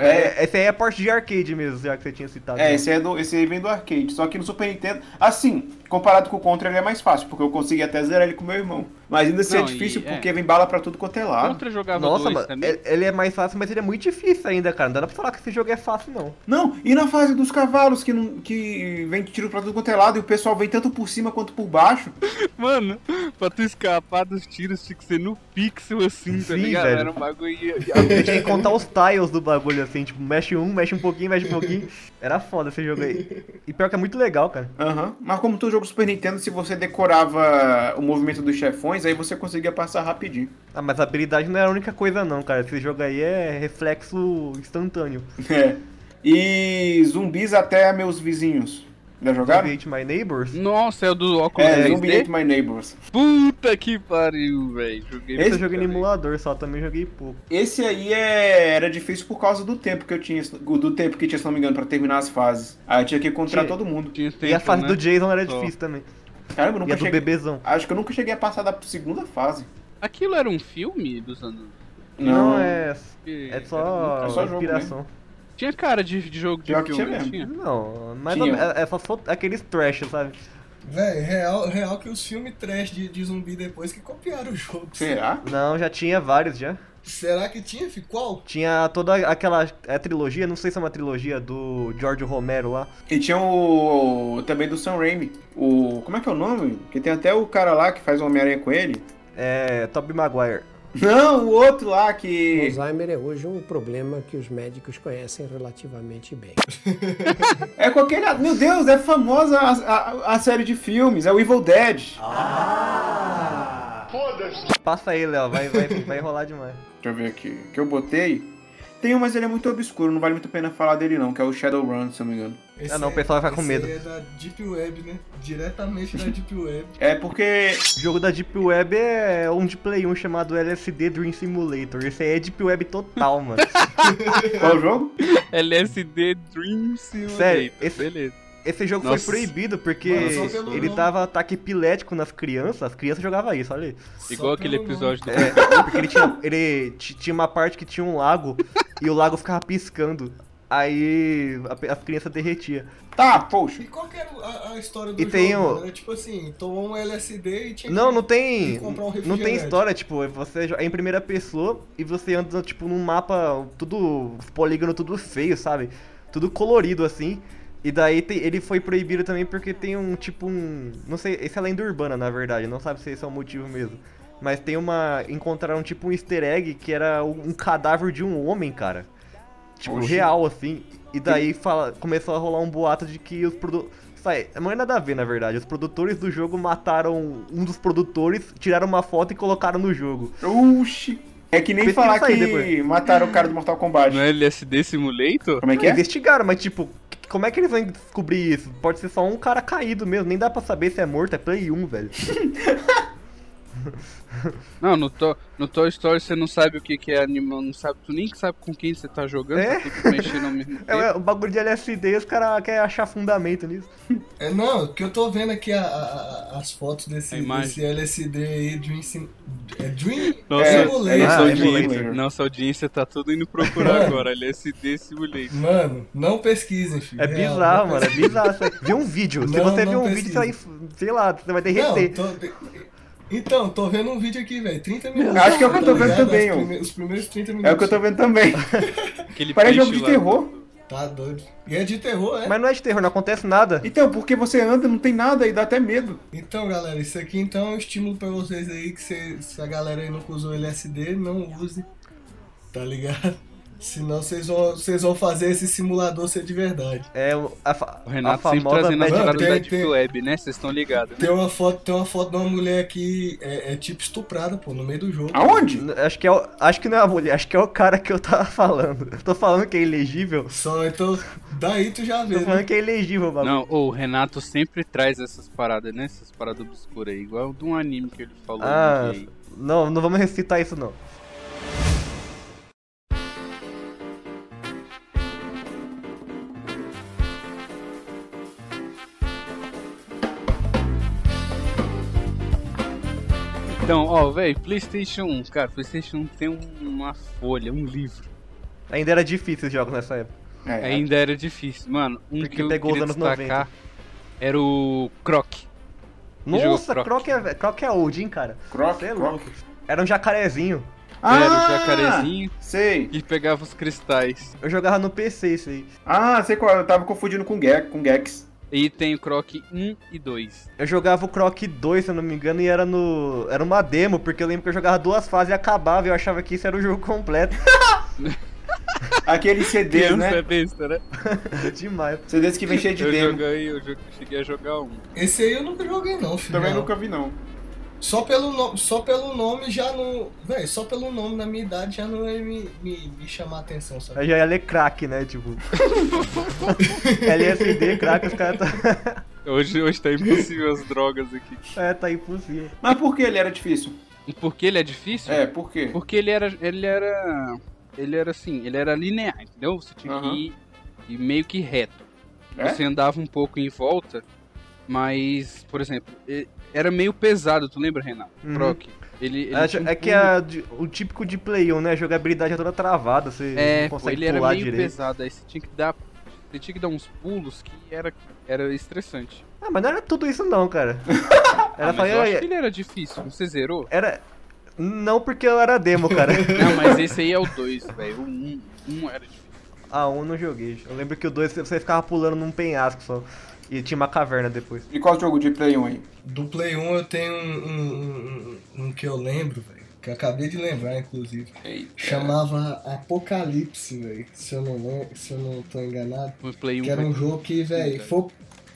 [SPEAKER 1] É,
[SPEAKER 3] É, essa aí é a parte de arcade mesmo, já que você tinha citado.
[SPEAKER 1] é, esse, é do, esse aí vem do arcade. Só que no Super Nintendo, assim, comparado com o Contra, ele é mais fácil, porque eu consegui até zerar ele com meu irmão. Mas ainda assim é
[SPEAKER 2] Não, e-
[SPEAKER 1] difícil,
[SPEAKER 2] é.
[SPEAKER 1] porque vem bala pra tudo quanto é lado.
[SPEAKER 2] Contra jogava
[SPEAKER 3] ah, Nossa,
[SPEAKER 2] dois
[SPEAKER 3] mano,
[SPEAKER 2] também.
[SPEAKER 3] ele ele é mais fácil, mas ele é muito difícil ainda, cara. Não dá pra falar que esse jogo é fácil, não.
[SPEAKER 1] Não, e na fase dos cavalos, que, não, que vem tiro pra tudo quanto é lado, e o pessoal vem tanto por cima quanto por baixo.
[SPEAKER 2] [laughs] Mano, pra tu escapar dos tiros tinha que ser no pixel assim, tá
[SPEAKER 3] Sim,
[SPEAKER 2] ligado?
[SPEAKER 3] velho.
[SPEAKER 2] Era um bagulho.
[SPEAKER 3] Eu tinha que contar os tiles do bagulho, assim, tipo, mexe um, mexe um pouquinho, mexe um pouquinho. Era foda esse jogo aí. E pior que é muito legal, cara.
[SPEAKER 1] Aham. Mas como todo jogo Super Nintendo, se você decorava o movimento dos chefões, aí você conseguia passar rapidinho. [laughs]
[SPEAKER 3] Ah, mas a habilidade não é a única coisa não, cara. Esse jogo aí é reflexo instantâneo.
[SPEAKER 1] É. E zumbis até meus vizinhos. Já jogaram?
[SPEAKER 3] Create My Neighbors.
[SPEAKER 2] Nossa, é o do óculos
[SPEAKER 1] É,
[SPEAKER 2] 3D?
[SPEAKER 1] Zumbi Ate My Neighbors.
[SPEAKER 2] Puta que pariu, velho. Joguei
[SPEAKER 3] Esse eu
[SPEAKER 2] muito
[SPEAKER 3] joguei no
[SPEAKER 2] também.
[SPEAKER 3] emulador só, também joguei pouco.
[SPEAKER 1] Esse aí é- era difícil por causa do tempo que eu tinha, do tempo que tinha, se não me engano, pra terminar as fases. Aí eu tinha que encontrar
[SPEAKER 3] Tinha-
[SPEAKER 1] todo mundo.
[SPEAKER 2] Tinha
[SPEAKER 3] e a
[SPEAKER 2] tempo,
[SPEAKER 3] fase
[SPEAKER 2] né?
[SPEAKER 3] do Jason era
[SPEAKER 2] Só.
[SPEAKER 3] difícil também.
[SPEAKER 1] Caramba, eu
[SPEAKER 3] E a
[SPEAKER 1] nunca
[SPEAKER 3] do
[SPEAKER 1] cheguei.
[SPEAKER 3] bebezão.
[SPEAKER 1] Acho que eu nunca cheguei a passar da segunda fase.
[SPEAKER 2] Aquilo era um filme dos anos.
[SPEAKER 3] Não, é. É
[SPEAKER 2] Era
[SPEAKER 3] só,
[SPEAKER 1] É só jogo
[SPEAKER 3] inspiração.
[SPEAKER 2] muito- Tinha cara de, de jogo de
[SPEAKER 1] Pior que
[SPEAKER 2] filme,
[SPEAKER 1] tinha
[SPEAKER 2] não
[SPEAKER 1] mesmo.
[SPEAKER 2] tinha? né?
[SPEAKER 3] Não, mas
[SPEAKER 1] Tinha.
[SPEAKER 3] é, é só fo- aqueles trash, sabe?
[SPEAKER 4] Véi, real, real que os filmes trash de, de zumbi depois que copiaram o jogo.
[SPEAKER 1] Será?
[SPEAKER 3] Não, já tinha vários já.
[SPEAKER 4] Será que tinha, fi? Qual?
[SPEAKER 3] Tinha toda aquela é, trilogia, não sei se é uma trilogia do George Romero lá.
[SPEAKER 1] E tinha o. Também do Sam Raimi. O. Como é que é o nome? Que tem até o cara lá que faz o Homem-Aranha com ele.
[SPEAKER 3] É. Tobey Maguire.
[SPEAKER 1] Não, o outro lá que.
[SPEAKER 8] Alzheimer é hoje um problema que os médicos conhecem relativamente bem.
[SPEAKER 1] É com aquele. Meu Deus, é famosa a, a- a série de filmes, é o Evil Dead. Deixa
[SPEAKER 3] Passa aí, Léo, vai, vai, vai rolar demais.
[SPEAKER 1] eu ver aqui. Que eu botei. Tem um, mas ele é muito obscuro, não vale muito a pena falar dele não, que é o Shadowrun, se eu não me engano.
[SPEAKER 4] Esse
[SPEAKER 3] Ah, não,
[SPEAKER 4] é-
[SPEAKER 3] o pessoal vai ficar com
[SPEAKER 4] esse
[SPEAKER 3] medo.
[SPEAKER 4] é da Deep Web, né? Diretamente da Deep
[SPEAKER 2] [laughs]
[SPEAKER 4] Web.
[SPEAKER 1] É porque.
[SPEAKER 3] O jogo da Deep Web é um de Play 1 chamado LSD Dream Simulator. Esse aí é Deep Web total, mano.
[SPEAKER 1] Qual é o jogo?
[SPEAKER 2] LSD Dream Simulator.
[SPEAKER 3] Sério, esse-
[SPEAKER 2] Beleza.
[SPEAKER 3] Esse jogo
[SPEAKER 2] Nossa.
[SPEAKER 3] foi proibido porque
[SPEAKER 4] Mano, só pelo
[SPEAKER 3] ele
[SPEAKER 4] nome.
[SPEAKER 3] dava ataque epilético nas crianças. As crianças jogavam isso, olha aí.
[SPEAKER 4] Só
[SPEAKER 2] Igual aquele
[SPEAKER 4] pelo
[SPEAKER 2] episódio do.
[SPEAKER 3] É, porque ele tinha, ele ti- tinha uma parte que tinha um lago e o lago ficava piscando. Aí a pe- as crianças derretiam.
[SPEAKER 1] Tá,
[SPEAKER 4] nome.
[SPEAKER 1] poxa.
[SPEAKER 4] E qual que era a, a história do
[SPEAKER 3] E
[SPEAKER 4] jogo?
[SPEAKER 3] tem o-
[SPEAKER 4] mano? Era tipo assim, tomou um LSD e tinha
[SPEAKER 3] Não,
[SPEAKER 4] que...
[SPEAKER 3] não tem.
[SPEAKER 4] E comprar um
[SPEAKER 3] não tem
[SPEAKER 4] refrigerante.
[SPEAKER 3] história, tipo, você é em primeira pessoa e você anda, tipo, num mapa tudo. polígono tudo feio, sabe? Tudo colorido assim. E daí tem- ele foi proibido também porque tem um tipo um. Não sei, esse é lenda urbana, na verdade, não sabe se esse é o motivo mesmo. Mas tem uma. Encontraram tipo um easter egg que era um um cadáver de um homem, cara. Tipo,
[SPEAKER 1] Oxi.
[SPEAKER 3] real, assim. E daí fala, começou a rolar um boato de que os produtores. Sai, não é nada a ver, na verdade. Os produtores do jogo mataram um dos produtores, tiraram uma foto e colocaram no jogo.
[SPEAKER 1] Oxi. É que nem
[SPEAKER 3] Pesquisa
[SPEAKER 1] falar
[SPEAKER 3] aí
[SPEAKER 1] que
[SPEAKER 3] depois.
[SPEAKER 1] mataram o cara do Mortal Kombat.
[SPEAKER 2] Não é LSD Simulator?
[SPEAKER 1] Como é que é?
[SPEAKER 3] Investigaram, mas tipo, c- como é que eles vão descobrir um, isso? Pode ser só um cara caído mesmo, nem dá pra saber se é morto, é Play 1, velho.
[SPEAKER 2] Não, no, to, no Toy Story você não sabe o que, que é animal, não sabe, tu nem sabe com quem você tá jogando,
[SPEAKER 3] É?
[SPEAKER 2] tá tudo mexendo ao
[SPEAKER 1] [laughs]
[SPEAKER 2] mesmo tempo.
[SPEAKER 3] É, é, o bagulho de LSD, os caras querem achar fundamento nisso.
[SPEAKER 4] É, não, que eu tô vendo aqui a- a- a- as fotos desse,
[SPEAKER 2] A imagem.
[SPEAKER 4] desse LSD aí, Dream, Sim, é Dream
[SPEAKER 2] Nossa,
[SPEAKER 4] Simulator.
[SPEAKER 1] isso,
[SPEAKER 3] Ah,
[SPEAKER 1] é
[SPEAKER 3] emulator.
[SPEAKER 1] emulator.
[SPEAKER 2] Nossa audiência tá tudo indo
[SPEAKER 1] É.
[SPEAKER 2] procurar agora, LSD Simulator.
[SPEAKER 4] Mano, não pesquisem, filho.
[SPEAKER 3] É
[SPEAKER 4] Real,
[SPEAKER 3] bizarro,
[SPEAKER 4] não
[SPEAKER 3] mano. É
[SPEAKER 4] pesquisem.
[SPEAKER 3] bizarro. Você vê um vídeo. Se
[SPEAKER 4] Não,
[SPEAKER 3] você
[SPEAKER 4] não
[SPEAKER 3] vê um
[SPEAKER 4] pesquisa.
[SPEAKER 3] vídeo, você vai, sei lá, você vai
[SPEAKER 4] Não,
[SPEAKER 3] derreter.
[SPEAKER 4] tô- Então, tô vendo um vídeo aqui, velho. 30 minutos.
[SPEAKER 1] Acho que é o que eu tô
[SPEAKER 4] tá
[SPEAKER 1] vendo
[SPEAKER 4] ligado? As
[SPEAKER 1] também, ó.
[SPEAKER 4] prime- Os primeiros 30 minutos.
[SPEAKER 1] É o que eu tô vendo
[SPEAKER 2] [laughs]
[SPEAKER 1] também.
[SPEAKER 2] Aquele
[SPEAKER 1] Parece
[SPEAKER 2] peixe
[SPEAKER 1] jogo de
[SPEAKER 2] lá.
[SPEAKER 1] terror.
[SPEAKER 4] Tá doido. E é de terror, é?
[SPEAKER 3] Mas não é de terror, não acontece nada.
[SPEAKER 1] Então, porque você anda, não tem nada e dá até medo.
[SPEAKER 4] Então, galera, isso aqui então é um estímulo pra vocês aí que cê- se a galera aí nunca usou LSD, não use. Tá ligado? [laughs] Senão vocês vão, vocês vão fazer esse simulador ser de verdade.
[SPEAKER 3] É o- a, fa-
[SPEAKER 2] O
[SPEAKER 3] a
[SPEAKER 2] Renato sempre
[SPEAKER 3] famosa
[SPEAKER 2] trazendo a
[SPEAKER 3] Bad
[SPEAKER 4] Não,
[SPEAKER 2] cara
[SPEAKER 3] Dream.
[SPEAKER 2] da Deep
[SPEAKER 4] tem-
[SPEAKER 2] Web, né? Vocês estão ligados. né?
[SPEAKER 4] Tem uma foto, tem uma foto de uma mulher aqui, é, é tipo estuprada, pô, no meio do jogo.
[SPEAKER 1] Aonde?
[SPEAKER 3] Acho que, é o- acho que não é a mulher, acho que é o cara que eu tava [laughs] falando. Eu tô falando que é ilegível.
[SPEAKER 4] Só então, daí tu já vê,
[SPEAKER 3] Tô falando
[SPEAKER 4] né?
[SPEAKER 3] que é ilegível o bagulho.
[SPEAKER 2] Não, ô, o Renato sempre traz essas paradas, né? Essas paradas obscuras aí, igual de um anime que ele falou.
[SPEAKER 3] Ah,
[SPEAKER 2] que-
[SPEAKER 3] não, não vamos recitar isso não.
[SPEAKER 2] Então, ó, velho, PlayStation 1, cara, PlayStation 1 tem um- uma folha, um livro.
[SPEAKER 3] Ainda era difícil os jogos nessa época.
[SPEAKER 1] É,
[SPEAKER 2] Ainda era difícil, mano. Um
[SPEAKER 3] Porque
[SPEAKER 2] que eu
[SPEAKER 3] pegou os
[SPEAKER 2] queria
[SPEAKER 3] anos
[SPEAKER 2] destacar
[SPEAKER 3] 90.
[SPEAKER 2] era o Croc.
[SPEAKER 3] Nossa,
[SPEAKER 2] jogo
[SPEAKER 3] Croc é, Croc é old, hein, cara.
[SPEAKER 1] Croc,
[SPEAKER 3] Cê é
[SPEAKER 1] Croc.
[SPEAKER 3] louco. Era um jacarezinho.
[SPEAKER 2] Era o
[SPEAKER 1] Ah!
[SPEAKER 2] jacarezinho
[SPEAKER 1] Sei.
[SPEAKER 2] e pegava os cristais.
[SPEAKER 3] Eu jogava no PC isso aí.
[SPEAKER 1] Ah, sei qual. Eu tava confundindo com Gex. Com Gex.
[SPEAKER 2] E tem o Croc 1 e 2.
[SPEAKER 3] Eu jogava o Croc 2, se eu não me engano, e era no. Era uma demo, porque eu lembro que eu jogava duas fases e acabava e eu achava que isso era o jogo completo. [laughs]
[SPEAKER 1] Aquele CD,
[SPEAKER 2] Criança é
[SPEAKER 1] né?
[SPEAKER 2] besta, né?
[SPEAKER 3] Demais.
[SPEAKER 1] CDs que vem cheio de
[SPEAKER 2] Eu
[SPEAKER 1] demo.
[SPEAKER 2] joguei, eu jo- cheguei a jogar um.
[SPEAKER 4] Esse aí eu nunca joguei não, filho.
[SPEAKER 1] Também
[SPEAKER 4] real.
[SPEAKER 1] nunca vi, não.
[SPEAKER 4] Só pelo, no- só pelo nome já não. Véi, só pelo nome na minha idade já não ia me, me, me chamar a atenção, sabe?
[SPEAKER 3] Aí já ia ler crack, né? Tipo. LSD, crack, os caras tá. [laughs]
[SPEAKER 2] Hoje, hoje tá impossível as drogas aqui.
[SPEAKER 3] é, tá impossível.
[SPEAKER 1] Mas por que ele era difícil?
[SPEAKER 2] E por que ele é difícil?
[SPEAKER 1] É, por quê?
[SPEAKER 2] Porque ele era. Ele era. Ele era assim, ele era linear, entendeu? Você tinha
[SPEAKER 1] Aham.
[SPEAKER 2] que ir, ir meio que reto.
[SPEAKER 1] É?
[SPEAKER 2] Você andava um pouco em volta, mas, por exemplo, e- era meio pesado, tu lembra, Renato?
[SPEAKER 3] Uhum.
[SPEAKER 2] Proc. Ele, ele
[SPEAKER 3] Acho-
[SPEAKER 2] tinha um
[SPEAKER 3] é que
[SPEAKER 2] pulo-
[SPEAKER 3] a de- o típico de Play 1, né? A jogabilidade é toda travada, você
[SPEAKER 2] É,
[SPEAKER 3] não
[SPEAKER 2] pô,
[SPEAKER 3] consegue
[SPEAKER 2] ele era
[SPEAKER 3] pular
[SPEAKER 2] meio
[SPEAKER 3] direito.
[SPEAKER 2] pesado, aí você tinha que dar. Você tinha que dar uns pulos que era, era estressante.
[SPEAKER 3] Ah, mas não era tudo isso não,
[SPEAKER 2] [laughs]
[SPEAKER 3] cara. Era
[SPEAKER 2] Ah,
[SPEAKER 3] só.
[SPEAKER 2] mas eu acho que ele era difícil, você zerou?
[SPEAKER 3] Era. Não porque eu era
[SPEAKER 2] [laughs]
[SPEAKER 3] demo, cara.
[SPEAKER 2] Não, mas esse aí é o 2, velho. O 1 um, era difícil.
[SPEAKER 3] A 1 não joguei. Eu lembro que o 2 você ficava pulando num penhasco só. E tinha uma caverna depois.
[SPEAKER 1] E qual jogo de Play 1 aí?
[SPEAKER 4] Do Play 1 eu tenho um, um, um- um que eu lembro, velho. Que eu acabei de lembrar, inclusive. Chamava Apocalipse, velho. Se, eu não lem- se eu não tô enganado.
[SPEAKER 2] O Play 1
[SPEAKER 4] Que era um
[SPEAKER 2] foi-
[SPEAKER 4] jogo que, velho, foi,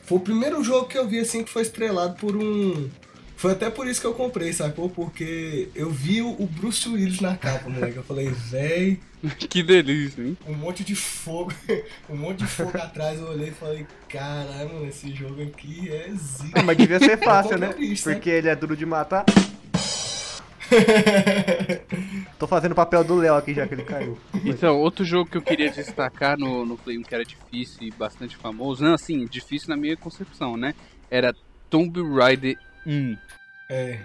[SPEAKER 4] foi o primeiro jogo que eu vi assim que foi estrelado por um. Foi até por isso que eu comprei, sacou? Porque eu vi o o Bruce Willis na capa, moleque. Eu falei, véi,
[SPEAKER 2] [laughs] Que delícia, hein?
[SPEAKER 4] um monte de fogo, [laughs] um monte de fogo atrás. Eu olhei e falei, caramba, esse jogo aqui é zica.
[SPEAKER 3] Ah, mas devia ser fácil, né?
[SPEAKER 4] Apocalipse, né?
[SPEAKER 3] Porque ele é duro de matar. Tô fazendo o papel do Léo aqui já que ele caiu.
[SPEAKER 2] Então, outro jogo que eu queria destacar no, no Play 1 que era difícil e bastante famoso, não, assim, difícil na minha concepção, né? Era Tomb Raider 1.
[SPEAKER 4] É.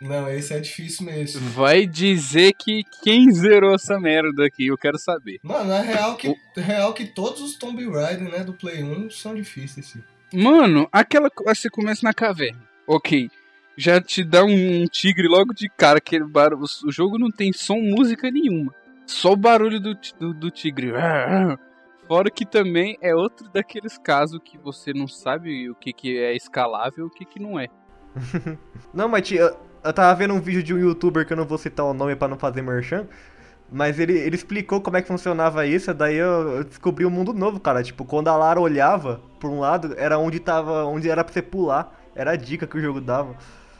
[SPEAKER 4] Não, esse é difícil mesmo.
[SPEAKER 2] Vai dizer que quem zerou essa merda aqui, eu quero saber.
[SPEAKER 4] Mano, é real que, real que todos os Tomb Raider, né, do Play 1 são difíceis, assim. sim.
[SPEAKER 2] Mano, aquela. co- Você começa na caverna. Ok. Já te dá um, um tigre logo de cara, aquele barulho. O jogo não tem som, música nenhuma. Só o barulho do, ti- do, do tigre. Fora que também é outro daqueles casos que você não sabe o que, que é escalável e o que, que não é.
[SPEAKER 3] Não, mas tia, eu, eu tava vendo um vídeo de um youtuber que eu não vou citar o nome pra não fazer merchan. Mas ele, ele explicou como é que funcionava isso, daí eu, eu descobri um mundo novo, cara. Tipo, quando a Lara olhava por um lado, era onde tava. onde era pra você pular. Era a dica que o jogo dava.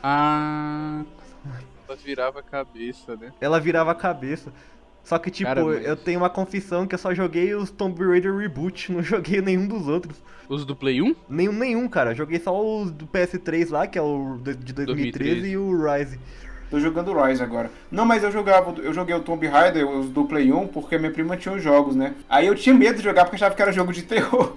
[SPEAKER 2] Ah. Ela virava a cabeça, né?
[SPEAKER 3] Ela virava a cabeça. Só que, tipo,
[SPEAKER 2] Cara, mas-
[SPEAKER 3] eu tenho uma confissão que eu só joguei os Tomb Raider Reboot, [laughs] não joguei nenhum dos outros.
[SPEAKER 2] Os do Play 1?
[SPEAKER 3] Nenhum, nenhum, cara. Joguei só os do PS3 lá, que é o de de 2013,
[SPEAKER 2] 2013.
[SPEAKER 3] e o Rise.
[SPEAKER 1] Tô jogando Rise agora. Não, mas eu jogava, eu joguei o Tomb Raider, os do Play 1, porque minha prima tinha os jogos, né? Aí eu tinha medo de jogar porque achava que era jogo de terror.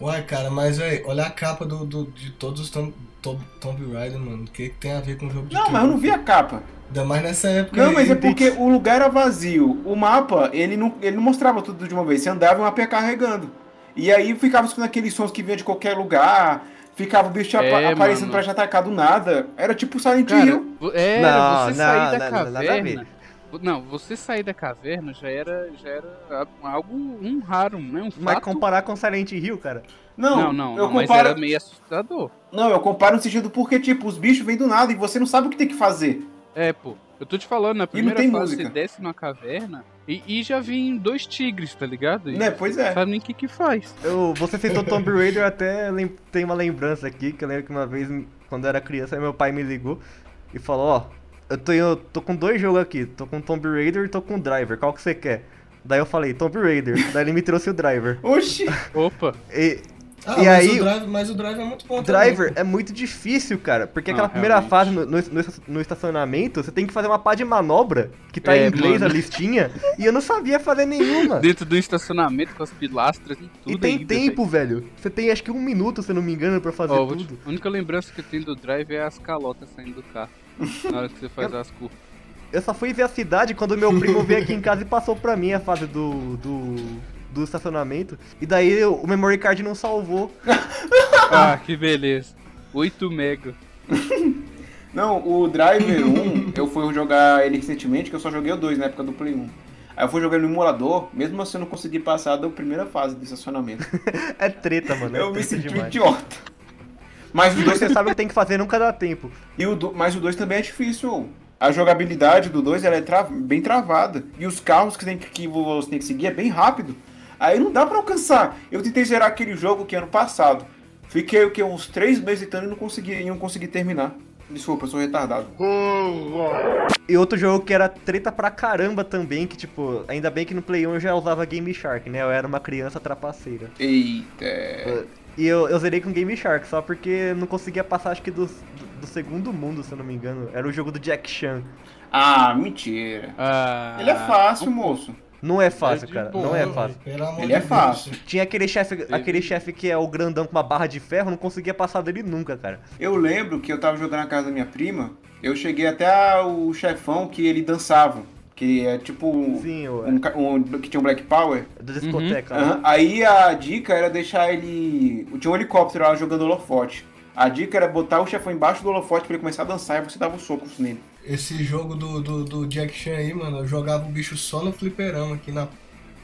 [SPEAKER 4] Uai, cara, mas aí, olha a capa do, do- de todos os Tom- Tom- Tomb Raider, mano. O que, que tem a ver com o jogo de
[SPEAKER 1] Não, mas eu não vi a capa.
[SPEAKER 4] Ainda mais nessa época.
[SPEAKER 1] Não,
[SPEAKER 4] aí.
[SPEAKER 1] mas é porque o lugar era vazio. O mapa, ele não, ele não mostrava tudo de uma vez. Você andava e o mapa ia carregando. E aí ficava escutando aqueles sons que vinha de qualquer lugar. Ficava o bicho apa-
[SPEAKER 2] É,
[SPEAKER 1] aparecendo
[SPEAKER 2] mano.
[SPEAKER 1] pra te atacar do nada. Era tipo Silent
[SPEAKER 2] Cara,
[SPEAKER 1] Hill.
[SPEAKER 2] vo- era
[SPEAKER 3] Não,
[SPEAKER 2] você sair
[SPEAKER 3] não,
[SPEAKER 2] da
[SPEAKER 3] não, não, nada a
[SPEAKER 2] caverna. Vo- Não, você sair da caverna já era, já era a- algo um raro, né? Um
[SPEAKER 3] Mas
[SPEAKER 2] fato.
[SPEAKER 3] comparar com Silent Hill, cara.
[SPEAKER 1] Não,
[SPEAKER 2] Não, não,
[SPEAKER 1] eu
[SPEAKER 2] não, mas
[SPEAKER 1] comparo.
[SPEAKER 2] era meio assustador.
[SPEAKER 1] Não, eu comparo no sentido porque, tipo, os bichos vêm do nada e você não sabe o que tem que fazer.
[SPEAKER 2] É, pô. Eu tô te falando, na primeira
[SPEAKER 1] tem
[SPEAKER 2] fase
[SPEAKER 1] música.
[SPEAKER 2] você desce numa caverna e, e já vem dois tigres, tá ligado? E
[SPEAKER 1] Né? Pois
[SPEAKER 2] não
[SPEAKER 1] é.
[SPEAKER 2] sabe nem o que que faz.
[SPEAKER 3] Eu, você citou Tomb Raider, eu até lem- tem uma lembrança aqui, que eu lembro que uma vez, quando eu era criança, meu pai me ligou e falou, ó, eu tô, eu tô com dois jogos aqui, tô com Tomb Raider e tô com Driver, qual que você quer? Daí eu falei, Tomb Raider, daí ele me trouxe o Driver.
[SPEAKER 2] [laughs]
[SPEAKER 1] Oxi!
[SPEAKER 2] Opa,
[SPEAKER 3] E
[SPEAKER 4] Ah,
[SPEAKER 3] e
[SPEAKER 4] mas
[SPEAKER 3] aí-
[SPEAKER 4] O drive, mas o drive é muito bom também.
[SPEAKER 3] Driver é muito difícil, cara, porque
[SPEAKER 2] Não,
[SPEAKER 3] aquela primeira
[SPEAKER 2] Ah, realmente.
[SPEAKER 3] fase no, no- no estacionamento, você tem que fazer uma pá de manobra, que tá
[SPEAKER 2] É,
[SPEAKER 3] em inglês
[SPEAKER 2] mano.
[SPEAKER 3] a listinha, e eu não sabia fazer
[SPEAKER 2] [laughs]
[SPEAKER 3] nenhuma.
[SPEAKER 2] dentro do estacionamento com as pilastras e tudo
[SPEAKER 3] Tá. E tem
[SPEAKER 2] ainda, velho.
[SPEAKER 3] tempo, velho. Você tem acho que um minuto, se eu não me engano, pra fazer
[SPEAKER 2] Ó, vou te-
[SPEAKER 3] tudo.
[SPEAKER 2] a única lembrança que eu tenho do drive é as calotas saindo do carro. na hora que você faz as curvas.
[SPEAKER 3] Eu só fui ver a cidade quando meu primo veio aqui em casa e passou pra mim a fase do. do. do estacionamento. E daí eu- o memory card não salvou.
[SPEAKER 2] Ah, que beleza. 8 mega.
[SPEAKER 1] Não, o Driver 1, eu fui jogar ele recentemente, que eu só joguei o 2 na época do Play 1. Aí eu fui jogar no emulador, mesmo assim eu não consegui passar da primeira fase do estacionamento.
[SPEAKER 3] É treta, mano. É
[SPEAKER 1] Eu me
[SPEAKER 3] treta
[SPEAKER 1] senti um
[SPEAKER 3] demais.
[SPEAKER 1] idiota. Mas o
[SPEAKER 3] E
[SPEAKER 1] 2
[SPEAKER 3] Você sabe o que tem que fazer, nunca dá tempo.
[SPEAKER 1] E o do- mas o 2 também é difícil. A jogabilidade do 2 ela é tra- bem travada. E os carros que, tem que, que você tem que seguir é bem rápido. Aí não dá pra alcançar. Eu tentei zerar aquele jogo que ano passado. Fiquei o que, uns 3 meses tentando e não consegui, e não consegui terminar. Desculpa, eu sou retardado.
[SPEAKER 3] E outro jogo que era treta pra caramba também, que tipo, ainda bem que no Play 1 eu já usava Game Shark, né? Eu era uma criança trapaceira.
[SPEAKER 1] Eita.
[SPEAKER 3] E eu, eu zerei com Game Shark, só porque eu não conseguia passar, acho que do, do, do segundo mundo, se eu não me engano. Era o jogo do Jack Chan.
[SPEAKER 1] Ah, mentira.
[SPEAKER 2] Ah,
[SPEAKER 1] Ele é fácil, moço.
[SPEAKER 3] Não é fácil,
[SPEAKER 2] de
[SPEAKER 3] cara.
[SPEAKER 2] boa, né?
[SPEAKER 3] Não é
[SPEAKER 2] velho.
[SPEAKER 3] fácil.
[SPEAKER 4] Pelo amor
[SPEAKER 1] Ele
[SPEAKER 4] de
[SPEAKER 1] é
[SPEAKER 4] Deus.
[SPEAKER 1] fácil.
[SPEAKER 3] Tinha aquele chefe, aquele chefe que é o grandão com uma barra de ferro, eu não conseguia passar dele nunca, cara.
[SPEAKER 1] Eu lembro que eu tava jogando na casa da minha prima. Eu cheguei até a- o chefão que ele dançava. Que é tipo um-
[SPEAKER 3] Sim, eu, é. Tá.
[SPEAKER 1] um ca- um que tinha um Black Power.
[SPEAKER 3] da discoteca. lá.
[SPEAKER 1] Aham, Aí a dica era deixar ele. Tinha um helicóptero lá jogando holofote. A dica era botar o chefão embaixo do holofote pra ele começar a dançar e você dava um soco nele.
[SPEAKER 4] Esse jogo do, do, do Jack Chan aí, mano, eu jogava o bicho só no fliperama aqui na.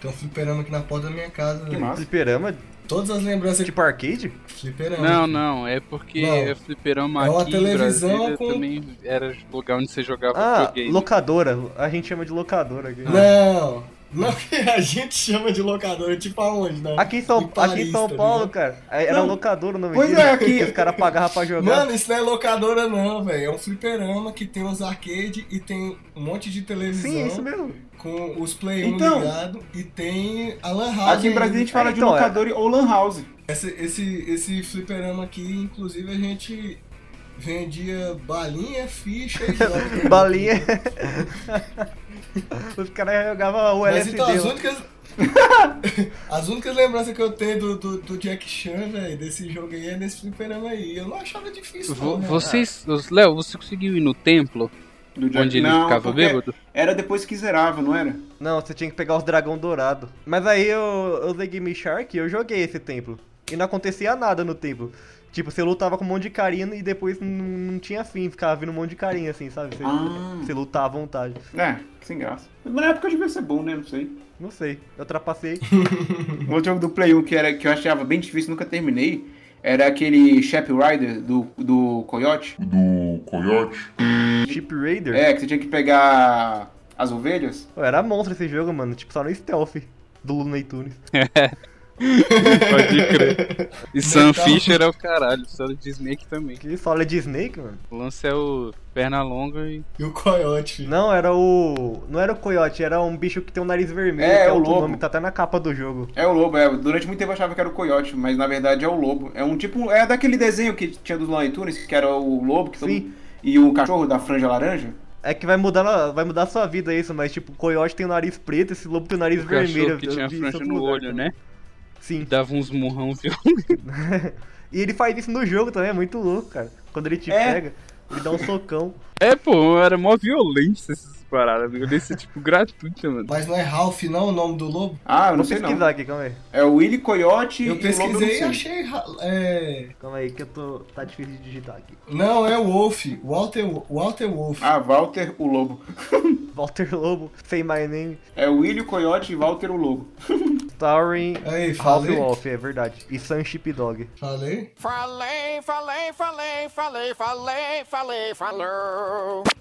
[SPEAKER 4] Tem um fliperama aqui na porta da minha casa,
[SPEAKER 1] Que
[SPEAKER 4] velho.
[SPEAKER 1] massa.
[SPEAKER 3] Fliperama,
[SPEAKER 4] Todas as lembranças de
[SPEAKER 3] tipo arcade? né?
[SPEAKER 4] fliperama.
[SPEAKER 2] Não, não, é porque
[SPEAKER 4] Não.
[SPEAKER 2] é fliperama
[SPEAKER 4] É uma
[SPEAKER 2] aqui
[SPEAKER 4] televisão
[SPEAKER 2] em Brasília
[SPEAKER 4] com-
[SPEAKER 2] também era lugar onde você jogava
[SPEAKER 3] Ah,
[SPEAKER 2] videogame.
[SPEAKER 3] locadora. A gente chama de locadora aqui.
[SPEAKER 4] Não, não [laughs] que a gente chama de locadora, tipo aonde, né?
[SPEAKER 3] Aqui em São,
[SPEAKER 4] Em Paris,
[SPEAKER 3] aqui em São
[SPEAKER 4] tá
[SPEAKER 3] Paulo,
[SPEAKER 4] ligado?
[SPEAKER 3] cara. é, Era
[SPEAKER 1] né? Não.
[SPEAKER 3] locadora o nome
[SPEAKER 1] Pois
[SPEAKER 3] disso,
[SPEAKER 1] é, aqui-
[SPEAKER 3] que Os caras pagavam pra jogar.
[SPEAKER 4] Mano, isso não é locadora não, velho. É um fliperama que tem uns arcade e tem um monte de televisão
[SPEAKER 3] Sim, é isso mesmo.
[SPEAKER 4] com os play 1
[SPEAKER 1] Então.
[SPEAKER 4] ligado e tem a Lan House.
[SPEAKER 1] Aqui em Brasília a gente fala
[SPEAKER 3] Ah,
[SPEAKER 1] de
[SPEAKER 3] então, é.
[SPEAKER 1] locador ou lan house.
[SPEAKER 4] Esse, esse, esse fliperama aqui, inclusive, a gente vendia balinha, ficha
[SPEAKER 3] [laughs]
[SPEAKER 4] e jogos.
[SPEAKER 3] Balinha. Os caras jogavam o
[SPEAKER 4] Mas
[SPEAKER 3] LSD.
[SPEAKER 4] então, as
[SPEAKER 1] um.
[SPEAKER 3] lá.
[SPEAKER 4] únicas. [laughs] as únicas lembranças que eu tenho do, do, do Jack Chan, velho, desse jogo aí é nesse fliperama aí. Eu não achava difícil,
[SPEAKER 2] Vo-
[SPEAKER 4] não, né?
[SPEAKER 2] Vocês, os- Léo, você conseguiu ir no templo
[SPEAKER 1] Do
[SPEAKER 2] onde ele
[SPEAKER 1] Não,
[SPEAKER 2] ficava
[SPEAKER 1] porque
[SPEAKER 2] bêbado?
[SPEAKER 1] Era depois que zerava, não era?
[SPEAKER 3] Não, você tinha que pegar os dragão dourado. Mas aí eu, eu usei Game Shark e eu joguei esse templo. E não acontecia nada no templo. Tipo, você lutava com um monte de carinha e depois não, não tinha fim, ficava vindo um monte de carinha assim, sabe? Você,
[SPEAKER 1] Ah.
[SPEAKER 3] você lutava à vontade.
[SPEAKER 1] É, sem graça. Mas na época devia ser bom, né? Não sei.
[SPEAKER 3] Não sei,
[SPEAKER 1] [laughs]
[SPEAKER 3] eu trapacei.
[SPEAKER 1] Um Outro jogo do Play 1 que, era, que eu achava bem difícil, nunca terminei, era aquele Shep Rider do, do Coyote.
[SPEAKER 5] Do coiote.
[SPEAKER 3] Chip Raider?
[SPEAKER 1] É, que você tinha que pegar as ovelhas.
[SPEAKER 3] Pô, era monstro esse jogo, mano. Tipo, só no stealth do Looney Tunes.
[SPEAKER 2] Pode crer. E Sam
[SPEAKER 4] Metal.
[SPEAKER 2] Fisher é o caralho, só de Snake também.
[SPEAKER 3] Que Solid é Snake, mano.
[SPEAKER 2] O lance é o perna longa e.
[SPEAKER 4] E o Coyote, filho.
[SPEAKER 3] Não, era o... Não era o Coyote, era um bicho que tem um nariz vermelho.
[SPEAKER 1] É,
[SPEAKER 3] que
[SPEAKER 1] o
[SPEAKER 3] outro
[SPEAKER 1] lobo.
[SPEAKER 3] nome, tá até na capa do jogo.
[SPEAKER 1] É o lobo, é. Durante muito tempo eu achava que era o coiote, mas na verdade é o lobo. É um tipo. É daquele desenho que tinha dos Looney Tunes, que era o lobo, que todo
[SPEAKER 3] Sim.
[SPEAKER 1] e o cachorro da franja laranja.
[SPEAKER 3] É que vai mudar, na- vai mudar a sua vida isso, mas tipo, o coiote tem o nariz preto, esse lobo tem o nariz
[SPEAKER 2] O cachorro
[SPEAKER 3] vermelho.
[SPEAKER 2] que
[SPEAKER 3] eu- eu
[SPEAKER 2] tinha
[SPEAKER 3] vi isso em
[SPEAKER 2] franja
[SPEAKER 3] outro
[SPEAKER 2] no
[SPEAKER 3] lugar
[SPEAKER 2] olho,
[SPEAKER 3] também.
[SPEAKER 2] né?
[SPEAKER 3] Sim.
[SPEAKER 2] Dava uns murrão violentos.
[SPEAKER 3] E ele faz isso no jogo também, é muito louco, cara. Quando ele te
[SPEAKER 1] É.
[SPEAKER 3] pega, ele dá um socão.
[SPEAKER 2] É, pô, era mó violência essas paradas. Violência, tipo, gratuita, mano.
[SPEAKER 4] Mas não é Ralph, não, o nome do lobo?
[SPEAKER 1] Ah, eu não
[SPEAKER 3] Vou
[SPEAKER 1] sei não.
[SPEAKER 3] pesquisar aqui, calma aí.
[SPEAKER 1] É o Willy Coyote e
[SPEAKER 4] Eu
[SPEAKER 1] o Lobo
[SPEAKER 4] pesquisei e
[SPEAKER 1] Lucinho.
[SPEAKER 4] achei. Ra- É...
[SPEAKER 3] Calma aí, que eu tô. Tá difícil de digitar aqui.
[SPEAKER 4] Não, é Wolf. Walter, Walter Wolf.
[SPEAKER 1] Ah, Walter o Lobo. [laughs]
[SPEAKER 3] Walter Lobo, Say My Name,
[SPEAKER 1] É o Willy Coyote e Walter o Lobo. [laughs]
[SPEAKER 3] Starring
[SPEAKER 4] Aí,
[SPEAKER 3] Ralph
[SPEAKER 4] falei.
[SPEAKER 3] Wolf, é verdade. E Sam Sheep Dog.
[SPEAKER 4] Falei?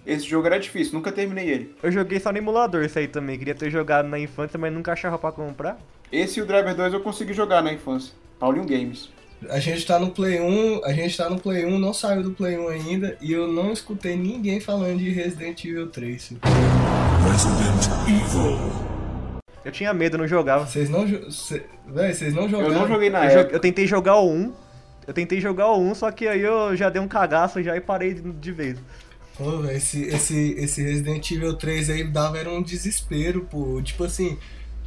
[SPEAKER 1] Esse jogo era difícil, nunca terminei ele.
[SPEAKER 3] Eu joguei só no emulador isso aí também. Queria ter jogado na infância, mas nunca achava pra comprar.
[SPEAKER 1] Esse e o Driver 2 eu consegui jogar na infância. Paulinho Games.
[SPEAKER 4] A gente tá no Play 1, a gente tá no Play 1, não saiu do Play 1 ainda, e eu não escutei ninguém falando de Resident Evil 3.
[SPEAKER 3] Eu tinha medo, eu não jogava.
[SPEAKER 4] Vocês não, jo- cê- véi, vocês não
[SPEAKER 1] Eu
[SPEAKER 4] jogaram?
[SPEAKER 1] não joguei na
[SPEAKER 2] Ah, é.
[SPEAKER 3] Eu, jo-
[SPEAKER 1] época.
[SPEAKER 3] eu tentei jogar o 1. Eu tentei jogar o 1, só que aí eu já dei um cagaço já e parei de- de vez.
[SPEAKER 4] Pô, véi, esse, esse, esse Resident Evil 3 aí dava era um desespero, pô. Tipo assim,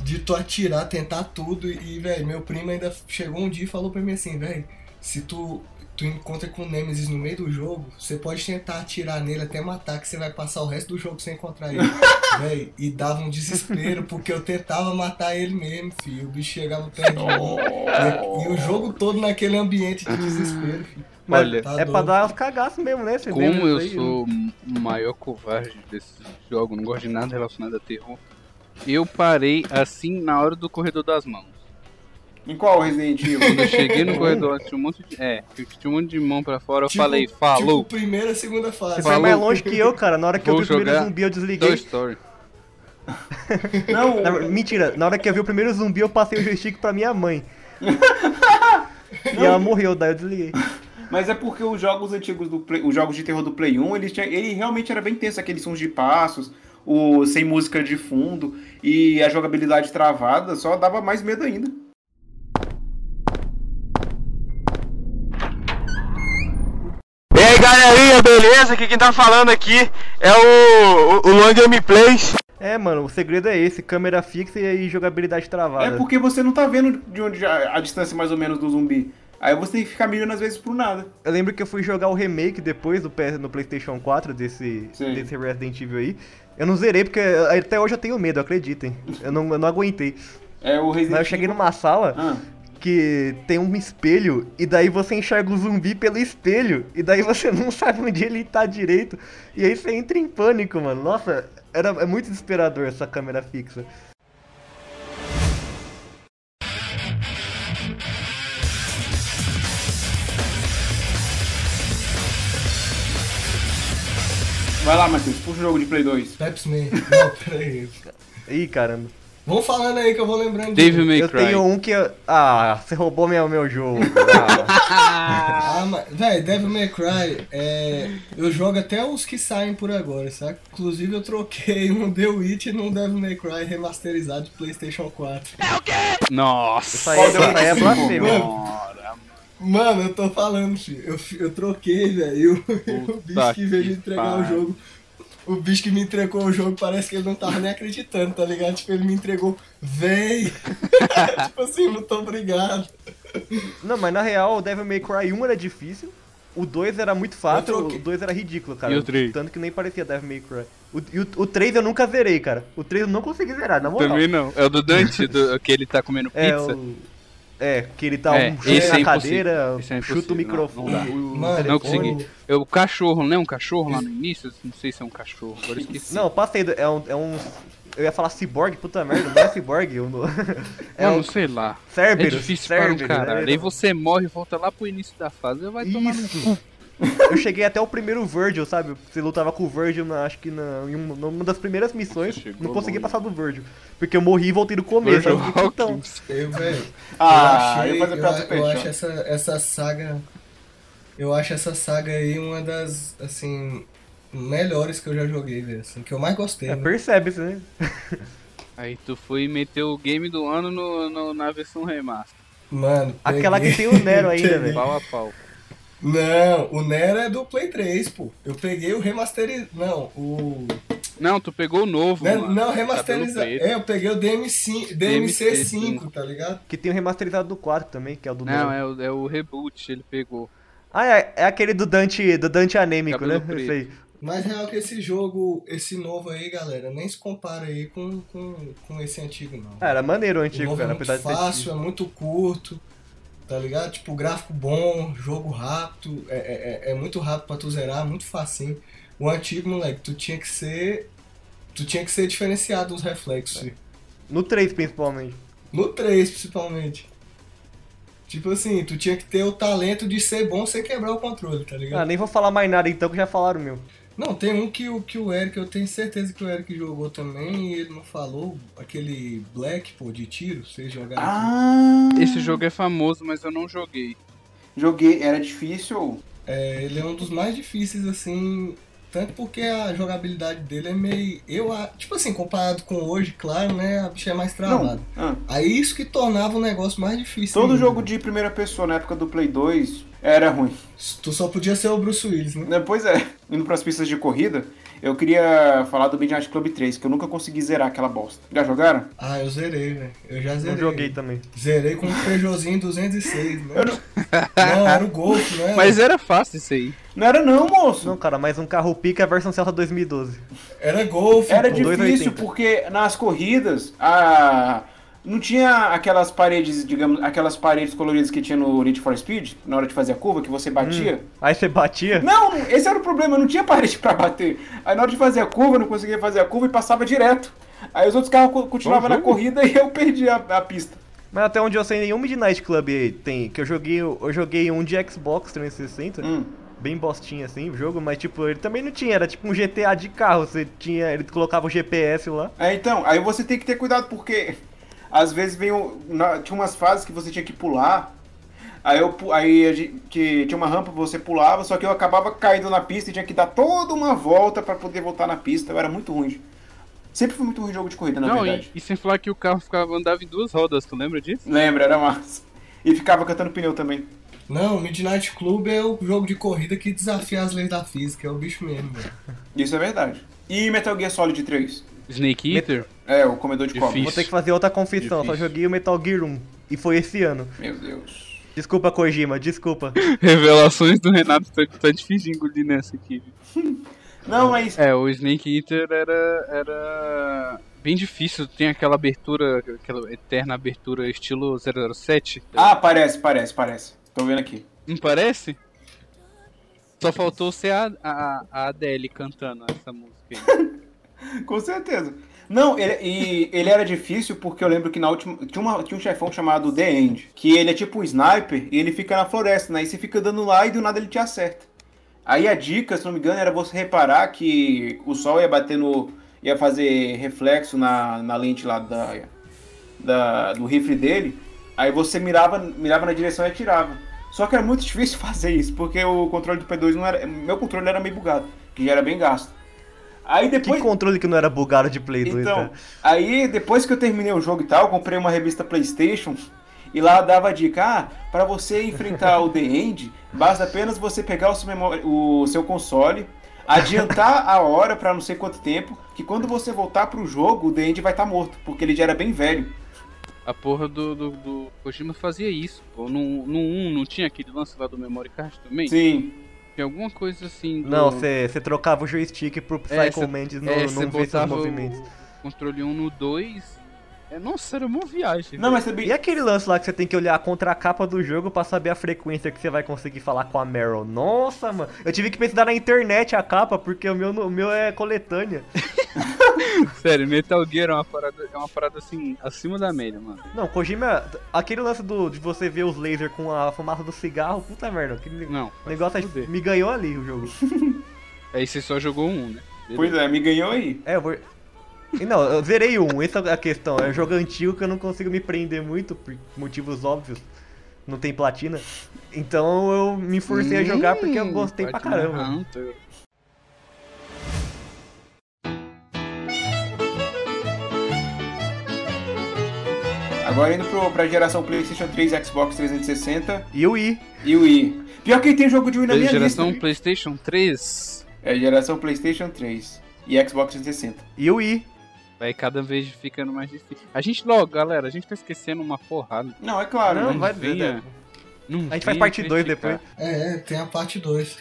[SPEAKER 4] de tu atirar, tentar tudo. E, velho, meu primo ainda chegou um dia e falou pra mim assim, velho, se tu, tu encontra com o Nemesis no meio do jogo, você pode tentar atirar nele até matar, que você vai passar o resto do jogo sem encontrar ele. véi, e dava um desespero, porque eu tentava matar ele mesmo, filho. O bicho chegava perto de mim. E, e o jogo todo naquele ambiente de desespero, filho.
[SPEAKER 3] Mas
[SPEAKER 2] Olha,
[SPEAKER 4] Tá
[SPEAKER 3] é pra
[SPEAKER 4] doido.
[SPEAKER 3] dar uns cagaços mesmo, né? Vocês
[SPEAKER 2] Como
[SPEAKER 3] lembram
[SPEAKER 2] eu
[SPEAKER 3] disso aí?
[SPEAKER 2] sou o maior covarde desse jogo, não gosto de nada relacionado a terror. Eu parei assim na hora do corredor das mãos.
[SPEAKER 1] Em qual Resident Evil? [laughs]
[SPEAKER 2] Quando eu cheguei
[SPEAKER 3] [laughs] É.
[SPEAKER 2] no corredor, tinha um monte de. É, tinha um monte de mão pra fora, eu
[SPEAKER 4] Tipo-
[SPEAKER 2] falei, falou,
[SPEAKER 4] Tipo, primeira, segunda
[SPEAKER 3] Você
[SPEAKER 4] fase.
[SPEAKER 3] foi
[SPEAKER 2] Falou.
[SPEAKER 3] mais longe que eu, cara. Na hora que eu
[SPEAKER 2] Vou
[SPEAKER 3] vi o primeiro
[SPEAKER 2] jogar
[SPEAKER 3] zumbi, eu desliguei.
[SPEAKER 2] Toy Story.
[SPEAKER 1] Não,
[SPEAKER 3] Na- mentira, na hora que eu vi o primeiro zumbi, eu passei o joystick pra minha mãe. e ela morreu, daí eu desliguei.
[SPEAKER 1] mas é porque os jogos antigos do Play, os jogos de terror do Play 1, eles tinham, ele realmente era bem tenso, aqueles sons de passos, o sem música de fundo e a jogabilidade travada só dava mais medo ainda.
[SPEAKER 9] E aí galerinha, beleza? Aqui quem tá falando aqui é o, o, o Long Gameplays.
[SPEAKER 3] É, mano, o segredo é esse: câmera fixa e jogabilidade travada.
[SPEAKER 1] É porque você não tá vendo de onde a, a distância mais ou menos do zumbi. Aí você tem que ficar mirando às vezes pro nada.
[SPEAKER 3] Eu lembro que eu fui jogar o remake depois do PS no PlayStation 4 desse,
[SPEAKER 1] Sim.
[SPEAKER 3] desse Resident Evil aí. Eu não zerei porque eh, até hoje eu tenho medo, acreditem. Eu não, eu não aguentei.
[SPEAKER 1] É o Resident
[SPEAKER 3] Mas eu cheguei numa sala.
[SPEAKER 1] Ah,
[SPEAKER 3] que tem um espelho e daí você enxerga o zumbi pelo espelho e daí você [laughs] não sabe onde ele tá direito e aí você entra em pânico, mano. Nossa, era é muito desesperador essa câmera fixa.
[SPEAKER 1] vai lá, Matheus, puxa o jogo de Play 2.
[SPEAKER 4] Pepsi Man. Não, peraí.
[SPEAKER 3] Ih, caramba.
[SPEAKER 4] Vão falando aí que eu vou lembrando de-
[SPEAKER 2] Dave May
[SPEAKER 3] eu
[SPEAKER 2] Cry.
[SPEAKER 3] tenho um que eu... ah, você roubou meu meu jogo. Ah,
[SPEAKER 4] Ah, mas, véi, Devil May Cry, é, eu jogo até os que saem por agora, saca? Inclusive eu troquei um The Witch e um Devil May Cry remasterizado de Playstation 4.
[SPEAKER 3] isso
[SPEAKER 2] Nossa!
[SPEAKER 3] aí, isso aí é blasfêmia.
[SPEAKER 2] Senhora,
[SPEAKER 4] Mano, eu tô falando, filho, eu, fi- eu troquei, velho, e o- [laughs] e o
[SPEAKER 2] Puta
[SPEAKER 4] bicho que veio
[SPEAKER 2] que
[SPEAKER 4] me entregar o
[SPEAKER 2] pariu.
[SPEAKER 4] jogo, o bicho que me entregou o jogo parece que ele não tava nem acreditando, tá ligado? Tipo, ele me entregou, véi, [laughs] tipo assim, muito obrigado.
[SPEAKER 3] Não, mas na real, o Devil May Cry 1 era difícil. O 2 era muito
[SPEAKER 4] Eu
[SPEAKER 3] fácil,
[SPEAKER 4] troquei.
[SPEAKER 3] o 2 era ridículo, cara.
[SPEAKER 2] E o três?
[SPEAKER 3] Tanto que nem parecia Devil May Cry. O, e o, o 3 eu nunca zerei, cara. O 3 eu não consegui zerar, na moral.
[SPEAKER 2] Também não. É o do Dante, do, que ele tá comendo
[SPEAKER 3] É,
[SPEAKER 2] pizza.
[SPEAKER 3] o... é, que ele tá
[SPEAKER 2] É,
[SPEAKER 3] um
[SPEAKER 2] esse é
[SPEAKER 3] chute na
[SPEAKER 2] impossível.
[SPEAKER 3] cadeira,
[SPEAKER 2] Esse é
[SPEAKER 3] chuta
[SPEAKER 2] impossível,
[SPEAKER 3] o microfone.
[SPEAKER 2] não,
[SPEAKER 3] o-
[SPEAKER 4] Mano,
[SPEAKER 2] Não
[SPEAKER 4] telefone.
[SPEAKER 2] consegui. É o cachorro, não é um cachorro lá no início? Não sei se é um cachorro, agora eu esqueci.
[SPEAKER 3] Não, passei, do- é um, é um... Eu ia falar ciborgue, puta merda, não é ciborgue. Eu não... [laughs] É
[SPEAKER 2] Mano,
[SPEAKER 3] um
[SPEAKER 2] sei lá. É
[SPEAKER 3] Cerberus,
[SPEAKER 2] difícil
[SPEAKER 3] Cerberus,
[SPEAKER 2] para um caralho.
[SPEAKER 3] né?
[SPEAKER 2] Aí você morre e volta lá pro início da fase. Vai tomar no
[SPEAKER 3] Isso. Eu cheguei até o primeiro Virgil, sabe? Você lutava com o Virgil, na- acho que na, em uma, numa das primeiras missões.
[SPEAKER 2] Você chegou
[SPEAKER 3] Não consegui
[SPEAKER 2] longe.
[SPEAKER 3] passar do Virgil. Porque eu morri e voltei do começo.
[SPEAKER 2] Virgil
[SPEAKER 3] aí eu fiquei então, putão.
[SPEAKER 2] Hawkins.
[SPEAKER 4] Eu, velho,
[SPEAKER 1] Ah,
[SPEAKER 4] eu, achei,
[SPEAKER 1] eu ia fazer
[SPEAKER 4] eu,
[SPEAKER 1] pra
[SPEAKER 4] a- eu acho essa, essa saga. Eu acho essa saga aí uma das, assim, melhores que eu já joguei, velho. Assim, que eu mais gostei.
[SPEAKER 3] É,
[SPEAKER 4] né?
[SPEAKER 3] percebe-se, né?
[SPEAKER 2] Aí tu foi e meteu o game do ano no, no- na versão remaster.
[SPEAKER 4] Mano,
[SPEAKER 3] Aquela que
[SPEAKER 4] peguei-
[SPEAKER 3] tem o Nero ainda, velho.
[SPEAKER 2] Pau a pau.
[SPEAKER 4] [laughs] Não, o Nera é do Play 3, pô. Eu peguei o remasterizado. Não, o.
[SPEAKER 2] Não, tu pegou o novo.
[SPEAKER 4] Não, é-
[SPEAKER 2] mano.
[SPEAKER 4] não
[SPEAKER 2] Cabelo
[SPEAKER 4] remasterizado.
[SPEAKER 2] preto.
[SPEAKER 4] É, eu peguei o
[SPEAKER 2] DMC5,
[SPEAKER 4] DMC, DMC5, tá ligado?
[SPEAKER 3] Que tem o remasterizado do 4 também, que é o do
[SPEAKER 2] Não,
[SPEAKER 3] novo.
[SPEAKER 2] é o, é o reboot, ele pegou.
[SPEAKER 3] Ah, é, é aquele do Dante, do Dante anêmico,
[SPEAKER 2] Cabelo
[SPEAKER 3] né?
[SPEAKER 2] preto.
[SPEAKER 3] Isso aí.
[SPEAKER 4] Mas real que esse jogo, esse novo aí, galera, nem se compara aí com, com, com esse antigo, não.
[SPEAKER 3] Ah, era maneiro o
[SPEAKER 4] o
[SPEAKER 3] antigo,
[SPEAKER 4] novo
[SPEAKER 3] cara,
[SPEAKER 4] é muito
[SPEAKER 3] apesar de ter
[SPEAKER 4] fácil, é muito curto, tá ligado? Tipo, gráfico bom, jogo rápido, é, é, é- é muito rápido pra tu zerar, muito facinho. O antigo, moleque, tu tinha que ser. Tu tinha que ser diferenciado os
[SPEAKER 3] É.
[SPEAKER 4] reflexos. filho.
[SPEAKER 3] No 3, principalmente.
[SPEAKER 4] No 3, principalmente. Tipo assim, tu tinha que ter o talento de ser bom sem quebrar o controle, tá ligado?
[SPEAKER 3] Ah, nem vou falar mais nada então, que já falaram o meu.
[SPEAKER 4] Não, tem um que, o- que o Eric, eu tenho certeza que o Eric jogou também e ele não falou. Aquele Black, pô, de tiro, vocês jogaram.
[SPEAKER 1] Ah,
[SPEAKER 2] Esse jogo é famoso, mas eu não joguei.
[SPEAKER 1] joguei, era difícil.
[SPEAKER 4] É, ele é um dos mais difíceis, assim. Tanto porque a jogabilidade dele é meio. Eu, a- tipo assim, comparado com hoje, claro, né? A bicha é mais travada.
[SPEAKER 1] Ah,
[SPEAKER 4] Aí isso que tornava o negócio mais difícil.
[SPEAKER 1] todo
[SPEAKER 4] ainda.
[SPEAKER 1] jogo de primeira pessoa na época do Play 2 era ruim.
[SPEAKER 4] Tu só podia ser o Bruce Willis, né?
[SPEAKER 1] Né, Pois é, indo pras pistas de corrida, eu queria falar do Midnight Club 3, que eu nunca consegui zerar aquela bosta. Já jogaram?
[SPEAKER 4] Ah, eu zerei, velho. Eu já zerei.
[SPEAKER 3] Não joguei também.
[SPEAKER 4] Zerei com um Peugeotzinho 206, né? Não, era o Golf,
[SPEAKER 2] [laughs]
[SPEAKER 4] né?
[SPEAKER 2] Mas era fácil isso aí.
[SPEAKER 1] Não era não, moço!
[SPEAKER 3] Não, cara, mas um carro pica é a versão Celta 2012.
[SPEAKER 4] Era Golf.
[SPEAKER 1] Era
[SPEAKER 4] pô.
[SPEAKER 1] difícil
[SPEAKER 3] 2,80.
[SPEAKER 1] porque nas corridas a não tinha aquelas paredes, digamos, aquelas paredes coloridas que tinha no Need for Speed, na hora de fazer a curva que você batia.
[SPEAKER 3] Aí você batia.
[SPEAKER 1] Não, esse era o problema, não tinha parede pra bater. Aí na hora de fazer a curva, eu não conseguia fazer a curva e passava direto. Aí os outros carros co- continuavam na corrida e eu perdi a, a pista.
[SPEAKER 3] Mas até onde eu sei, nenhum Midnight Club tem. Que eu joguei, eu joguei um de Xbox 360,
[SPEAKER 1] Hum.
[SPEAKER 3] bem bostinha assim o jogo, mas tipo, ele também não tinha, era tipo um GTA de carro, você tinha, ele colocava o GPS lá.
[SPEAKER 1] É, então, aí você tem que ter cuidado, porque às vezes vem um, na- tinha umas fases que você tinha que pular. Aí, eu, pu- aí a gente, que tinha uma rampa que você pulava, só que eu acabava caindo na pista e tinha que dar toda uma volta pra poder voltar na pista. Eu era muito ruim. Sempre foi muito ruim jogo de corrida, na
[SPEAKER 2] não, e,
[SPEAKER 1] verdade.
[SPEAKER 2] e sem falar que o carro ficava, andava em duas rodas, tu lembra disso?
[SPEAKER 1] Lembra, era massa. E ficava cantando pneu também.
[SPEAKER 4] Não, Midnight Club é o jogo de corrida que desafia as leis da física, é o bicho mesmo, velho.
[SPEAKER 1] Isso é verdade. E Metal Gear Solid 3?
[SPEAKER 2] Snake Eater? [laughs]
[SPEAKER 1] É, o comedor de cobra.
[SPEAKER 2] Difícil.
[SPEAKER 3] Vou ter que fazer outra confissão, só
[SPEAKER 2] Difícil.
[SPEAKER 3] joguei o Metal Gear 1. E foi esse ano.
[SPEAKER 1] Meu Deus.
[SPEAKER 3] Desculpa, Kojima, desculpa.
[SPEAKER 2] Revelações do Renato, tá, tá difícil de engolir nessa aqui. viu?
[SPEAKER 1] Não, mas.
[SPEAKER 2] É, o Snake Eater era, era bem difícil, tem aquela abertura, aquela eterna abertura estilo 007.
[SPEAKER 1] Ah, parece, parece, parece. Tô vendo aqui.
[SPEAKER 2] Não parece? Só faltou ser a, a, a Adele cantando essa música
[SPEAKER 1] [laughs]
[SPEAKER 2] aí.
[SPEAKER 1] Com certeza. Não, ele, e ele era difícil porque eu lembro que na última. Tinha, uma- tinha um chefão chamado The End, que ele é tipo um sniper e ele fica na floresta, né? E você fica dando lá e do nada ele te acerta. Aí a dica, se não me engano, era você reparar que o sol ia bater no. ia fazer reflexo na, na lente lá da, da- do rifle dele. Aí você mirava, mirava na direção e atirava. Só que era muito [laughs] difícil fazer isso, porque o controle do P2 não era. Meu controle era meio bugado, que já era bem gasto. Aí
[SPEAKER 3] Que
[SPEAKER 1] depois.
[SPEAKER 3] controle que não era bugado de Play né? 2,
[SPEAKER 1] Então,
[SPEAKER 3] cara?
[SPEAKER 1] aí depois que eu terminei o jogo e tal, eu comprei uma revista PlayStation e lá dava a dica: ah, para você enfrentar o The End, basta apenas você pegar o seu, memória- o seu console, adiantar a hora pra não sei quanto tempo, que quando você voltar pro jogo, o The End vai estar morto, porque ele já era bem velho.
[SPEAKER 2] A porra do, do, do Kojima fazia isso. Pô. No, no 1 não tinha aquele lance lá do memory card também?
[SPEAKER 1] Sim,
[SPEAKER 2] Tinha alguma coisa assim. do-
[SPEAKER 3] Não, você trocava o joystick pro Psycho
[SPEAKER 2] É, cê-
[SPEAKER 3] Mandes não,
[SPEAKER 2] é, você
[SPEAKER 3] não ver seus
[SPEAKER 2] botava o
[SPEAKER 3] movimentos.
[SPEAKER 2] controle 1 no 2. É, nossa, era uma viagem.
[SPEAKER 1] não,
[SPEAKER 2] velho.
[SPEAKER 1] mas
[SPEAKER 3] E
[SPEAKER 1] sabia.
[SPEAKER 3] aquele lance lá que você tem que olhar contra a capa do jogo pra saber a frequência que você vai conseguir falar com a Meryl. Nossa, mano. Eu tive que pesquisar na internet a capa, porque o meu, o meu é coletânea.
[SPEAKER 2] Sério, Metal Gear é uma parada, é uma parada assim, acima da média, mano.
[SPEAKER 3] Não, Kojima, aquele lance do, de você ver os lasers com a fumaça do cigarro, puta merda. Aquele
[SPEAKER 2] Não.
[SPEAKER 3] negócio
[SPEAKER 2] fuder.
[SPEAKER 3] me ganhou ali o jogo.
[SPEAKER 2] Aí você só jogou um, né?
[SPEAKER 1] Pois é, me ganhou aí.
[SPEAKER 3] É, eu vou... E Não, eu zerei um, essa é a questão. É um jogo antigo que eu não consigo me prender muito, por motivos óbvios. Não tem platina. Então eu me forcei a jogar porque
[SPEAKER 2] Hum,
[SPEAKER 3] eu gostei pra
[SPEAKER 2] Platinum
[SPEAKER 3] caramba.
[SPEAKER 2] Hunter.
[SPEAKER 1] Agora indo pro, pra geração PlayStation 3, Xbox 360
[SPEAKER 3] E o I.
[SPEAKER 1] e Wii. Pior que tem jogo de Wii na minha
[SPEAKER 2] geração
[SPEAKER 1] lista.
[SPEAKER 2] PlayStation 3
[SPEAKER 1] É geração PlayStation 3 e Xbox 360.
[SPEAKER 3] E o I.
[SPEAKER 2] vai cada vez ficando mais difícil. A gente logo, galera, a gente tá esquecendo uma porrada.
[SPEAKER 1] Não, é claro.
[SPEAKER 3] Não,
[SPEAKER 1] né?
[SPEAKER 3] vai ver,
[SPEAKER 2] venha-
[SPEAKER 3] Deco.
[SPEAKER 2] Não
[SPEAKER 3] A gente faz
[SPEAKER 2] venha
[SPEAKER 3] parte 2
[SPEAKER 2] criticar.
[SPEAKER 3] depois.
[SPEAKER 4] É, é, tem a parte 2.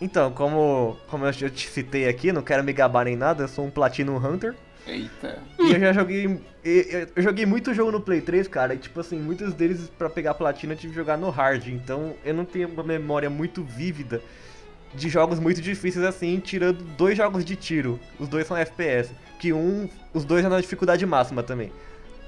[SPEAKER 3] Então, como, como eu já te citei aqui, não quero me gabar nem nada, eu sou um Platinum Hunter.
[SPEAKER 1] Eita.
[SPEAKER 3] E eu já joguei. e- Eu, eu joguei muito jogo no Play 3, cara. E tipo assim, muitos deles pra pegar platina eu tive que jogar no hard. Então eu não tenho uma memória muito vívida de jogos muito difíceis assim, tirando dois jogos de tiro. Os dois são FPS. Que um. Os dois é na dificuldade máxima também.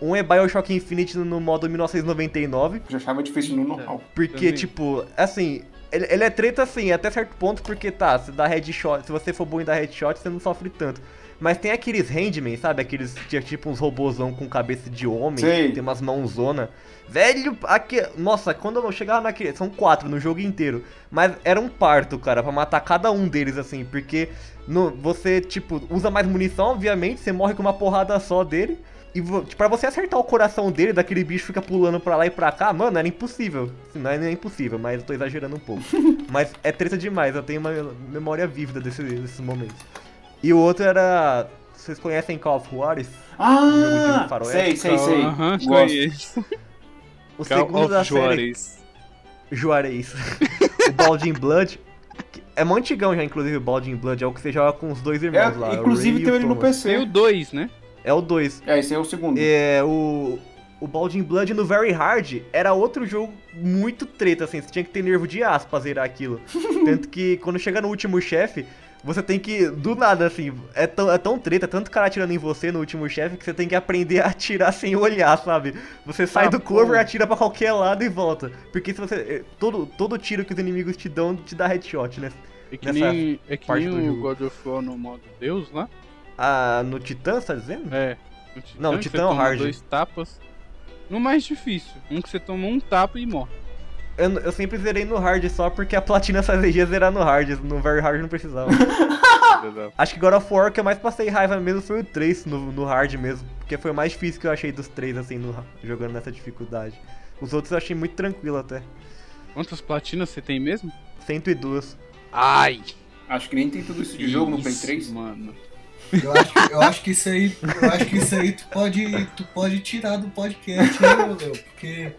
[SPEAKER 3] Um é Bioshock Infinite no modo 1999.
[SPEAKER 1] Já achava difícil no
[SPEAKER 3] É.
[SPEAKER 1] normal.
[SPEAKER 3] Porque,
[SPEAKER 2] Também.
[SPEAKER 3] tipo, assim, ele, ele é treta assim, até certo ponto, porque tá, se dá headshot, se você for bom em dar headshot, você não sofre tanto. Mas tem aqueles handmen, sabe? Aqueles que é tipo uns robôzão com cabeça de homem,
[SPEAKER 1] Sei.
[SPEAKER 3] tem umas mãozona. Velho, aqui, nossa, quando eu chegava naquele, são quatro no jogo inteiro, mas era um parto, cara, pra matar cada um deles assim, porque no, você tipo usa mais munição, obviamente, você morre com uma porrada só dele. E vo- tipo, pra você acertar o coração dele, daquele bicho fica pulando pra lá e pra cá, mano, era impossível. Assim, Não é, não é impossível, mas eu tô exagerando
[SPEAKER 1] [laughs]
[SPEAKER 3] um pouco. mas é treta demais, eu tenho uma memória vívida desse- desses momentos. E o outro era. Vocês conhecem Call of Juarez? Jogo
[SPEAKER 1] Ah!
[SPEAKER 3] de faroeste.
[SPEAKER 1] Sei,
[SPEAKER 3] então,
[SPEAKER 1] sei, sei.
[SPEAKER 2] Aham,
[SPEAKER 3] é
[SPEAKER 1] Gosto.
[SPEAKER 2] conheço.
[SPEAKER 3] O
[SPEAKER 2] É Call
[SPEAKER 3] segundo da
[SPEAKER 2] of
[SPEAKER 3] série.
[SPEAKER 2] Juarez.
[SPEAKER 3] Juarez. o Baldin Blood. que É mó antigão já, inclusive, o Baldin Blood. É o que você joga com os dois
[SPEAKER 1] É,
[SPEAKER 3] irmãos lá. o Ray
[SPEAKER 1] inclusive
[SPEAKER 3] e
[SPEAKER 1] tem
[SPEAKER 3] o
[SPEAKER 1] ele no
[SPEAKER 3] Thomas.
[SPEAKER 2] Tem o
[SPEAKER 1] PC.
[SPEAKER 2] 2, né?
[SPEAKER 3] É o 2.
[SPEAKER 1] É, esse é o segundo.
[SPEAKER 3] É, o, o Baldin Blood no Very Hard era outro jogo muito treta, assim, você tinha que ter nervo de aço pra zerar
[SPEAKER 2] [laughs]
[SPEAKER 3] aquilo. Tanto que quando chega no último chefe, você tem que, do nada, assim, é tão, é tão treta, tanto cara atirando em você no último chefe, que você tem que aprender a atirar sem olhar, sabe? Você sai
[SPEAKER 2] Ah,
[SPEAKER 3] do
[SPEAKER 2] pô.
[SPEAKER 3] cover, atira pra qualquer lado e volta. Porque se você. é, Todo, todo tiro que os inimigos te dão te dá headshot, né?
[SPEAKER 2] É que
[SPEAKER 3] Nessa
[SPEAKER 2] nem, é que
[SPEAKER 3] parte
[SPEAKER 2] nem
[SPEAKER 3] do
[SPEAKER 2] o
[SPEAKER 3] jogo.
[SPEAKER 2] God of War no modo Deus lá.
[SPEAKER 3] Ah, no Titã, você tá dizendo?
[SPEAKER 2] É. No
[SPEAKER 3] Não, o
[SPEAKER 2] que você
[SPEAKER 3] Titã é o
[SPEAKER 2] toma
[SPEAKER 3] hard.
[SPEAKER 2] dois tapas. No mais difícil. Um que você toma um tapa e morre.
[SPEAKER 3] Eu, eu sempre zerei no hard só porque a platina [laughs] só exigia zerar no hard, no Very Hard não precisava. Acho que God of War que eu mais passei raiva mesmo foi o 3 no, no hard mesmo, porque foi o mais difícil que eu achei dos três, assim, no- jogando nessa dificuldade. Os outros eu achei muito tranquilo até.
[SPEAKER 2] Quantas platinas você tem mesmo?
[SPEAKER 3] 102.
[SPEAKER 2] Ai!
[SPEAKER 1] Acho que nem tem tudo isso de jogo no Play
[SPEAKER 2] isso,
[SPEAKER 1] 3.
[SPEAKER 2] Mano.
[SPEAKER 4] Eu acho, que- eu acho que isso aí, eu acho que isso aí tu pode, tu pode tirar do podcast, né, meu Deus? Porque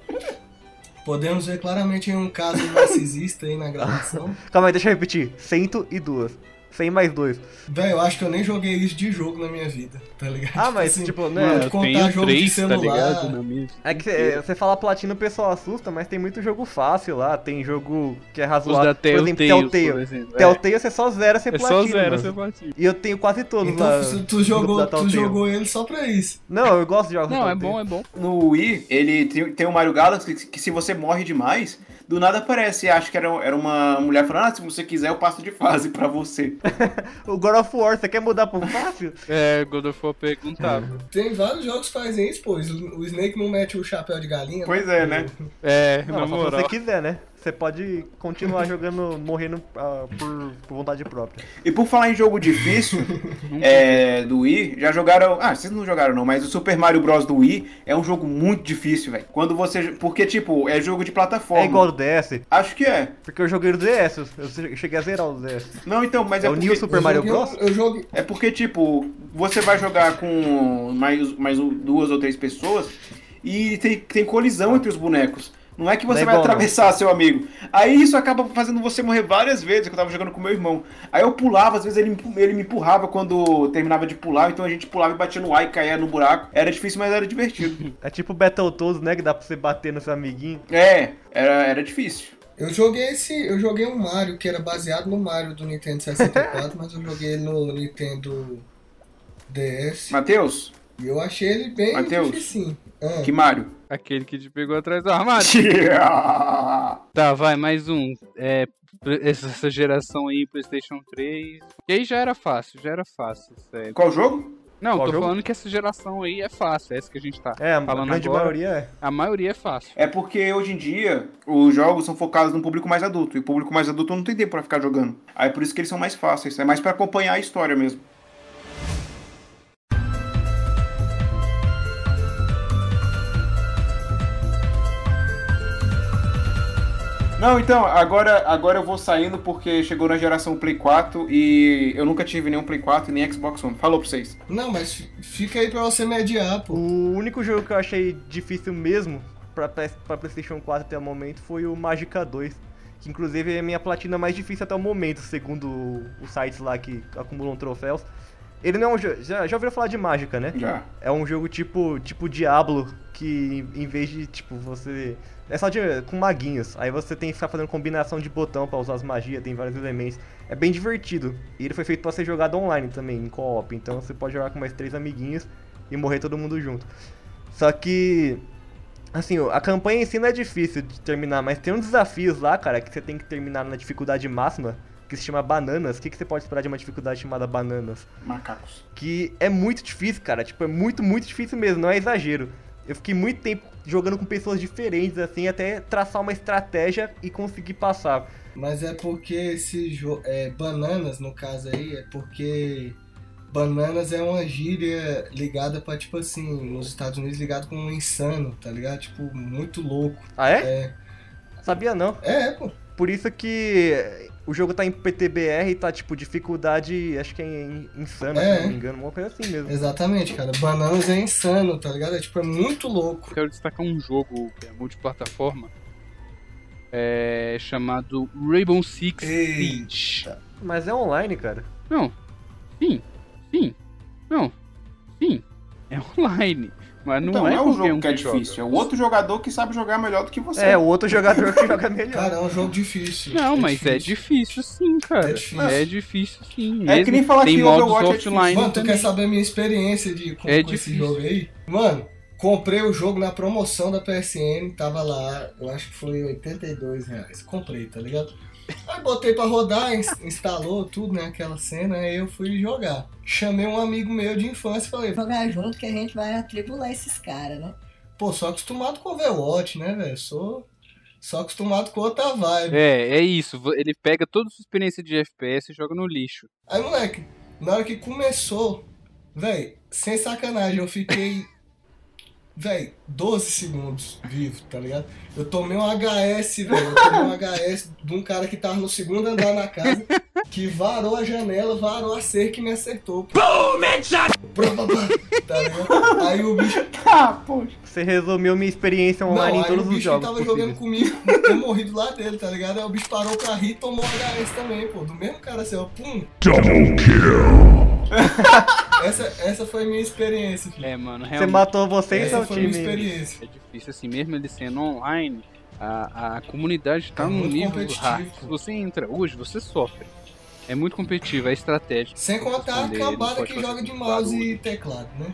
[SPEAKER 4] podemos ver claramente aí um caso narcisista aí na gravação.
[SPEAKER 3] Calma aí, deixa eu repetir. 102. 100
[SPEAKER 2] [laughs]
[SPEAKER 3] mais 2.
[SPEAKER 4] Véi, eu acho que eu nem joguei isso de jogo na minha vida, tá ligado?
[SPEAKER 3] Ah, mas, tipo, né,
[SPEAKER 4] mano,
[SPEAKER 3] eu tá
[SPEAKER 4] de contar jogo de celular.
[SPEAKER 2] Na minha...
[SPEAKER 3] É que cê- você fala platina o pessoal assusta, mas tem muito jogo fácil lá, tem jogo que é
[SPEAKER 2] Os
[SPEAKER 3] razoável.
[SPEAKER 2] da Telltale,
[SPEAKER 3] Por exemplo, Telltale.
[SPEAKER 2] exemplo. É,
[SPEAKER 3] Telltale você só zera sem
[SPEAKER 2] é
[SPEAKER 3] platina.
[SPEAKER 2] só zero
[SPEAKER 3] mano.
[SPEAKER 2] essa platina.
[SPEAKER 3] E eu tenho quase todos lá.
[SPEAKER 4] Então, tu, tu
[SPEAKER 3] do
[SPEAKER 4] jogou,
[SPEAKER 3] da
[SPEAKER 4] tu
[SPEAKER 3] Telltale.
[SPEAKER 4] jogou ele só pra isso.
[SPEAKER 3] Não, eu gosto de jogos
[SPEAKER 2] Não,
[SPEAKER 3] da
[SPEAKER 2] é
[SPEAKER 3] Telltale.
[SPEAKER 2] bom, é bom.
[SPEAKER 1] No Wii, ele tem, tem o Mario Galaxy que, que se você morre demais, do nada aparece. Acho que era, era uma mulher falando, ah, se você quiser eu passo de fase [laughs] pra você.
[SPEAKER 3] O God of War, você quer mudar pro fácil?
[SPEAKER 2] É, God of War
[SPEAKER 3] Uhum.
[SPEAKER 2] perguntava.
[SPEAKER 4] Tem vários jogos que fazem isso, pô. O Snake não mete o chapéu de galinha.
[SPEAKER 1] Pois é, né?
[SPEAKER 2] É, na
[SPEAKER 3] Não, só se
[SPEAKER 2] moral.
[SPEAKER 3] você quiser, né? Você pode
[SPEAKER 2] [laughs]
[SPEAKER 3] continuar jogando, morrendo ah, por, por vontade própria.
[SPEAKER 1] E por falar em jogo
[SPEAKER 3] [laughs]
[SPEAKER 1] difícil, é, do Wii, já jogaram. Ah, vocês não jogaram não, mas o Super Mario Bros. do Wii é um jogo muito difícil, velho. Quando você. Porque, tipo, é jogo de plataforma.
[SPEAKER 3] É igual o DS,
[SPEAKER 1] Acho que é.
[SPEAKER 3] porque eu joguei o DS, eu cheguei a zerar o DS.
[SPEAKER 1] Não, então, mas é,
[SPEAKER 3] É o
[SPEAKER 1] porque-
[SPEAKER 3] New Super Mario
[SPEAKER 4] Eu
[SPEAKER 3] Bros?
[SPEAKER 4] joguei- um, Eu joguei,
[SPEAKER 1] É porque, tipo, você vai jogar com mais, mais um- duas ou três pessoas e tem, tem colisão entre os bonecos. Não é que você
[SPEAKER 3] Não é
[SPEAKER 1] vai
[SPEAKER 3] igual, não.
[SPEAKER 1] atravessar seu amigo. Aí isso acaba fazendo você morrer várias vezes, que eu tava jogando com meu irmão. Aí eu pulava, às vezes ele, me empu- ele me empurrava quando terminava de pular, então a gente pulava e batia no ar e caía no buraco. Era difícil, mas era
[SPEAKER 3] [laughs]
[SPEAKER 1] divertido.
[SPEAKER 3] É tipo Battletoads, né? Que dá pra você bater nos amiguinhos.
[SPEAKER 1] é, era, era difícil.
[SPEAKER 4] Eu joguei esse. Eu joguei um Mario que era baseado no Mario do
[SPEAKER 1] [laughs]
[SPEAKER 4] Nintendo 64, mas eu joguei ele no Nintendo DS.
[SPEAKER 1] Matheus,
[SPEAKER 4] E eu achei ele bem
[SPEAKER 1] Mateus,
[SPEAKER 4] difícil. Ah,
[SPEAKER 1] que Mario.
[SPEAKER 2] Aquele que te pegou atrás do armário.
[SPEAKER 1] Yeah.
[SPEAKER 2] Tá, vai, mais um. É, pre- essa essa geração aí, PlayStation 3. E aí já era fácil, já era fácil, sério.
[SPEAKER 1] Qual jogo?
[SPEAKER 2] Não,
[SPEAKER 3] Qual
[SPEAKER 2] tô
[SPEAKER 3] jogo?
[SPEAKER 2] falando que essa geração aí é fácil, é essa que a gente tá.
[SPEAKER 3] É, a
[SPEAKER 2] Falando
[SPEAKER 3] grande
[SPEAKER 2] agora.
[SPEAKER 3] maioria é.
[SPEAKER 2] A maioria é fácil.
[SPEAKER 1] É porque hoje em dia os jogos são focados no público mais adulto e o público mais adulto não tem tempo pra ficar jogando. Aí é por isso que eles são mais fáceis, é mais pra acompanhar a história mesmo. Não, então, agora, agora eu vou saindo porque chegou na geração Play 4 e eu nunca tive nenhum Play 4 e nem Xbox One. Falou pra vocês.
[SPEAKER 4] Não, mas fi- fica aí pra você mediar, pô.
[SPEAKER 3] O único jogo que eu achei difícil mesmo pra, PS pra PlayStation 4 até o momento foi o Magica 2. Que inclusive é a minha platina mais difícil até o momento, segundo os sites lá que acumulam troféus. Ele não é um jogo. Já, já ouviram falar de Mágica, né?
[SPEAKER 1] Já.
[SPEAKER 3] É um jogo tipo, tipo Diablo, que em vez de, tipo, você. É só de, com maguinhos. Aí você tem que ficar fazendo combinação de botão pra usar as magias, tem vários elementos. É bem divertido. E ele foi feito pra ser jogado online também, em co-op. Então você pode jogar com mais três amiguinhos e morrer todo mundo junto. Só que. Assim, a campanha em si não é difícil de terminar, mas tem uns desafios lá, cara, que você tem que terminar na dificuldade máxima, que se chama Bananas. O que, que você pode esperar de uma dificuldade chamada Bananas?
[SPEAKER 1] Macacos.
[SPEAKER 3] que é muito difícil, cara. Tipo, é muito, muito difícil mesmo, não é exagero. Eu fiquei muito tempo jogando com pessoas diferentes, assim, até traçar uma estratégia e conseguir passar.
[SPEAKER 4] Mas é porque esse jogo. É, bananas, no caso aí, é porque. Bananas é uma gíria ligada pra, tipo assim, nos Estados Unidos, ligado com um insano, tá ligado? Tipo, muito louco.
[SPEAKER 3] Ah, é?
[SPEAKER 4] É,
[SPEAKER 3] Sabia não.
[SPEAKER 4] é, pô.
[SPEAKER 3] Por isso que o jogo tá em PTBR e tá, tipo, dificuldade, acho que é em- insana,
[SPEAKER 4] É.
[SPEAKER 3] se não me engano, uma coisa assim mesmo.
[SPEAKER 4] Exatamente, cara. Bananas é insano, tá ligado? É, tipo, é muito louco.
[SPEAKER 2] Eu quero destacar um jogo que é multiplataforma. É chamado Rainbow Six
[SPEAKER 4] Eita.
[SPEAKER 2] Siege.
[SPEAKER 3] Mas é online, cara.
[SPEAKER 2] Não. Sim. Sim. Não. Sim. É online. Mas não
[SPEAKER 1] então,
[SPEAKER 2] é,
[SPEAKER 1] não é um
[SPEAKER 2] qualquer
[SPEAKER 1] jogo
[SPEAKER 2] um
[SPEAKER 1] que é
[SPEAKER 2] joga.
[SPEAKER 1] difícil, é o outro jogador que sabe jogar melhor do que você.
[SPEAKER 3] É, o outro jogador que [laughs] joga melhor.
[SPEAKER 4] Cara, é um jogo difícil.
[SPEAKER 2] Não, mas é difícil sim, cara.
[SPEAKER 4] É
[SPEAKER 2] É
[SPEAKER 4] difícil.
[SPEAKER 2] difícil, sim.
[SPEAKER 1] É que nem falar
[SPEAKER 2] tem
[SPEAKER 1] que
[SPEAKER 2] modos
[SPEAKER 1] Overwatch é
[SPEAKER 2] offline.
[SPEAKER 1] difícil.
[SPEAKER 4] Mano, tu quer saber a minha experiência de, com,
[SPEAKER 2] É
[SPEAKER 4] com esse
[SPEAKER 2] difícil.
[SPEAKER 4] jogo aí? Mano, comprei o jogo na promoção da PSN, tava lá, eu acho que foi 82 reais. Comprei, tá ligado? Aí botei pra rodar, ins- instalou tudo, né? Aquela cena, aí eu fui jogar. Chamei um amigo meu de infância e falei,
[SPEAKER 6] Jogar junto que a gente vai atribular esses caras, né?
[SPEAKER 4] pô, sou acostumado com Overwatch, né, velho? Sou, sou acostumado com outra vibe.
[SPEAKER 2] É, é isso. Vo- Ele pega toda a sua experiência de FPS e joga no lixo.
[SPEAKER 4] Aí, moleque, na hora que começou, velho, sem sacanagem, eu fiquei, [laughs] velho, 12 segundos vivo, tá ligado? Eu tomei um HS, velho, eu tomei um HS de um cara que tava no segundo andar na casa, que varou a janela, varou a cerca e me acertou. Boom, headshot! [laughs] Tá ligado? Aí o bicho
[SPEAKER 1] Ah, poxa.
[SPEAKER 3] Você resumiu minha experiência online
[SPEAKER 4] não,
[SPEAKER 3] em
[SPEAKER 4] aí
[SPEAKER 3] todos
[SPEAKER 4] o
[SPEAKER 3] os
[SPEAKER 4] bicho
[SPEAKER 3] jogos.
[SPEAKER 4] que tava
[SPEAKER 3] possíveis.
[SPEAKER 4] jogando comigo [laughs] tinha morrido lá dele, tá ligado? Aí o bicho parou pra rir e tomou HS também, pô. Do mesmo cara assim, ó, pum. [laughs] essa, essa foi a minha experiência, filho.
[SPEAKER 2] É, mano,
[SPEAKER 3] Você
[SPEAKER 2] realmente
[SPEAKER 3] matou você e
[SPEAKER 4] essa
[SPEAKER 3] seu
[SPEAKER 4] um É, foi a minha
[SPEAKER 3] time.
[SPEAKER 4] experiência.
[SPEAKER 2] é difícil. Assim, mesmo ele sendo online, a, a comunidade tá
[SPEAKER 4] É
[SPEAKER 2] num
[SPEAKER 4] muito
[SPEAKER 2] nível
[SPEAKER 4] competitivo,
[SPEAKER 2] hard.
[SPEAKER 4] pô.
[SPEAKER 2] Se você entra hoje, você sofre. É muito competitivo, é estratégico.
[SPEAKER 4] Sem contar a
[SPEAKER 2] Responder, não
[SPEAKER 4] acabada
[SPEAKER 2] pode
[SPEAKER 4] que
[SPEAKER 2] fazer
[SPEAKER 4] joga de
[SPEAKER 2] muito
[SPEAKER 4] mouse
[SPEAKER 2] barulho.
[SPEAKER 4] e teclado, né?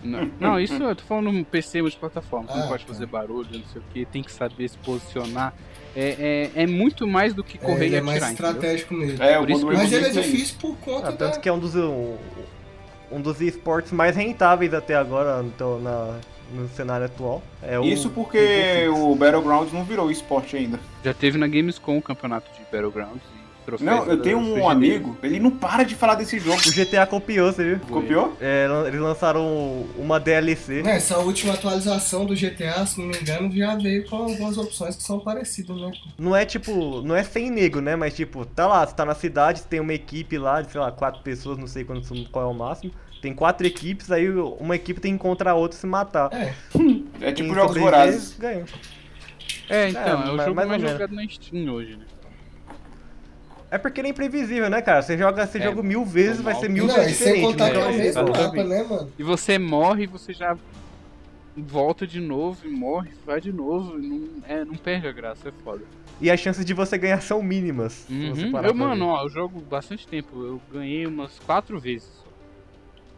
[SPEAKER 2] Não, não, isso eu tô falando um PC multiplataforma, você
[SPEAKER 4] Ah,
[SPEAKER 2] não pode
[SPEAKER 4] tá.
[SPEAKER 2] fazer barulho, não sei o que, tem que saber se posicionar. É, é, é muito mais do que
[SPEAKER 4] É,
[SPEAKER 2] correr
[SPEAKER 4] ele
[SPEAKER 2] e
[SPEAKER 4] é mais
[SPEAKER 2] atirar. entendeu?
[SPEAKER 4] estratégico mesmo.
[SPEAKER 1] É, o
[SPEAKER 2] Por isso
[SPEAKER 1] mundo
[SPEAKER 2] que eu
[SPEAKER 4] Mas
[SPEAKER 1] Rainbow
[SPEAKER 4] ele é
[SPEAKER 1] Six
[SPEAKER 4] difícil por conta
[SPEAKER 3] Ah, tanto
[SPEAKER 4] da...
[SPEAKER 3] que é um dos, um, um dos esportes mais rentáveis até agora então, na, no cenário atual. É o
[SPEAKER 1] Isso porque
[SPEAKER 3] Rainbow Six.
[SPEAKER 1] o Battlegrounds não virou esporte ainda.
[SPEAKER 2] Já teve na Gamescom o campeonato de Battlegrounds e troféus.
[SPEAKER 1] Não, eu
[SPEAKER 2] da
[SPEAKER 1] tenho um
[SPEAKER 2] frigideira.
[SPEAKER 1] amigo, ele não para de falar desse jogo.
[SPEAKER 3] O GTA copiou, você viu?
[SPEAKER 1] Copiou?
[SPEAKER 3] É, lan- eles lançaram uma DLC.
[SPEAKER 4] Né, essa última atualização do GTA, se não me engano, já veio com algumas opções que são parecidas, né?
[SPEAKER 3] Não é tipo, não é sem nego, né? Mas tipo, tá lá, você tá na cidade, tem uma equipe lá de, sei lá, quatro pessoas, não sei quantos, qual é o máximo. Tem quatro equipes, aí uma equipe tem que encontrar a outra e se matar.
[SPEAKER 4] É,
[SPEAKER 1] É tipo
[SPEAKER 3] Quem
[SPEAKER 1] jogos
[SPEAKER 3] sobreviver,
[SPEAKER 1] vorazes.
[SPEAKER 3] Ganhou.
[SPEAKER 2] É, então, é,
[SPEAKER 3] É,
[SPEAKER 2] o
[SPEAKER 3] mais-
[SPEAKER 2] jogo
[SPEAKER 3] mais
[SPEAKER 2] mais,
[SPEAKER 3] ou menos.
[SPEAKER 2] jogado na Steam hoje, né?
[SPEAKER 3] É porque ele é imprevisível, né, cara? Você joga esse
[SPEAKER 2] É,
[SPEAKER 3] jogo mil vezes, vai
[SPEAKER 2] normal.
[SPEAKER 3] ser
[SPEAKER 4] E
[SPEAKER 3] mil
[SPEAKER 4] não, e
[SPEAKER 3] vezes
[SPEAKER 4] sem
[SPEAKER 3] diferente.
[SPEAKER 4] contar
[SPEAKER 3] né?
[SPEAKER 4] que é o
[SPEAKER 2] né?
[SPEAKER 4] mesmo
[SPEAKER 3] Exatamente.
[SPEAKER 4] mapa, né, mano?
[SPEAKER 2] E você morre, você já volta de novo, e morre, vai de novo, e não, é, não perde a graça, é foda.
[SPEAKER 3] E as chances de você ganhar são mínimas. se você
[SPEAKER 2] Uhum.
[SPEAKER 3] parar
[SPEAKER 2] Eu,
[SPEAKER 3] pra
[SPEAKER 2] mano,
[SPEAKER 3] ver.
[SPEAKER 2] ó, eu jogo bastante tempo, eu ganhei umas quatro vezes só.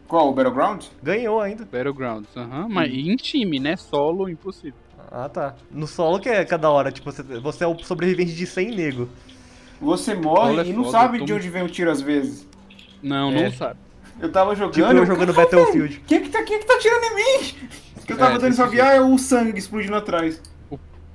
[SPEAKER 1] Qual? O Battlegrounds?
[SPEAKER 3] Ganhou ainda.
[SPEAKER 2] Battlegrounds, aham,
[SPEAKER 3] Hum.
[SPEAKER 2] mas em time, né? Solo, impossível.
[SPEAKER 3] Ah, tá. No solo que é cada hora, tipo, você, você é o sobrevivente de 100 nego.
[SPEAKER 1] Você morre
[SPEAKER 2] Olha,
[SPEAKER 1] e não
[SPEAKER 2] foda,
[SPEAKER 1] sabe
[SPEAKER 2] eu
[SPEAKER 1] de
[SPEAKER 2] tô-
[SPEAKER 1] onde vem o tiro às vezes.
[SPEAKER 2] Não,
[SPEAKER 3] É.
[SPEAKER 2] não sabe.
[SPEAKER 1] Eu tava
[SPEAKER 3] Tipo,
[SPEAKER 1] jogando.
[SPEAKER 3] eu
[SPEAKER 1] eu-
[SPEAKER 3] jogando Battlefield.
[SPEAKER 1] Quem que tá, quem que tá atirando em
[SPEAKER 2] [laughs]
[SPEAKER 1] mim? Que eu tava
[SPEAKER 2] É,
[SPEAKER 1] dando só
[SPEAKER 2] desse
[SPEAKER 1] vi, ah, é o sangue explodindo atrás.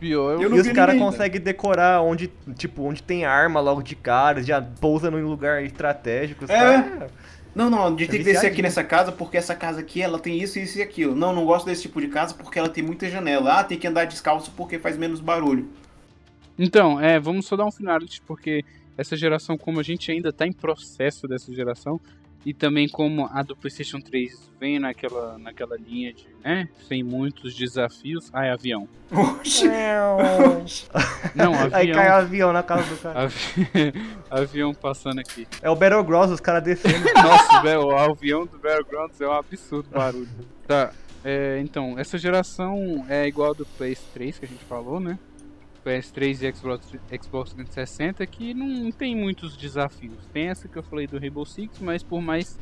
[SPEAKER 2] Pior,
[SPEAKER 1] Eu
[SPEAKER 2] eu
[SPEAKER 1] não
[SPEAKER 3] E os
[SPEAKER 1] vi
[SPEAKER 3] caras
[SPEAKER 1] ninguém.
[SPEAKER 3] conseguem decorar onde, tipo, onde tem arma logo de cara, já pousa num lugar estratégico. os
[SPEAKER 1] É.
[SPEAKER 3] cara-
[SPEAKER 1] Não, não, a gente
[SPEAKER 3] É
[SPEAKER 1] tem que descer aqui
[SPEAKER 3] viciadinho.
[SPEAKER 1] nessa casa porque essa casa aqui ela tem isso, isso e aquilo. Não, não gosto desse tipo de casa porque ela tem muita janela. Ah, tem que andar descalço porque faz menos barulho.
[SPEAKER 2] Então, é, vamos só dar um finality, porque essa geração, como a gente ainda tá em processo dessa geração, e também como a do PlayStation 3 vem naquela, naquela linha de, né, sem muitos desafios. Ah, é avião.
[SPEAKER 1] Oxi.
[SPEAKER 2] Não, avião.
[SPEAKER 3] [laughs] Aí cai o avião na casa do cara.
[SPEAKER 2] Avi- [laughs] avião passando aqui. [laughs]
[SPEAKER 3] É o Battlegrounds, os caras descendo.
[SPEAKER 2] Nossa, velho, o avião do Battlegrounds é um absurdo barulho. Tá, é, então, essa geração é igual a do PS3 que a gente falou, né? PS3 e Xbox, Xbox 360, que não tem muitos desafios. Tem essa que eu falei do Rainbow Six, mas por mais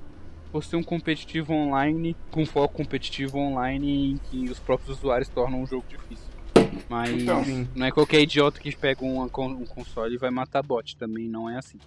[SPEAKER 2] por ser um competitivo online, com foco competitivo online, em que os próprios usuários tornam o jogo difícil. Mas
[SPEAKER 1] Então.
[SPEAKER 2] não é qualquer idiota que pega um, con- um console e vai matar bot, também não é assim.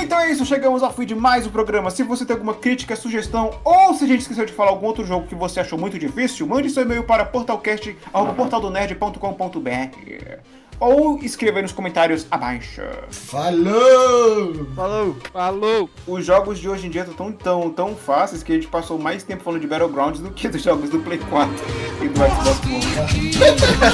[SPEAKER 1] Então é isso, chegamos ao fim de mais um programa. Se você tem alguma crítica, sugestão ou se a gente esqueceu de falar algum outro jogo que você achou muito difícil, mande seu e-mail para portalcast.portaldonerd.com.br ou escreva aí nos comentários abaixo.
[SPEAKER 4] Falou!
[SPEAKER 3] Falou!
[SPEAKER 2] Falou!
[SPEAKER 1] Os jogos de hoje em dia estão tão, tão, tão fáceis que a gente passou mais tempo falando de Battlegrounds do que dos jogos do Play 4 e do Xbox One.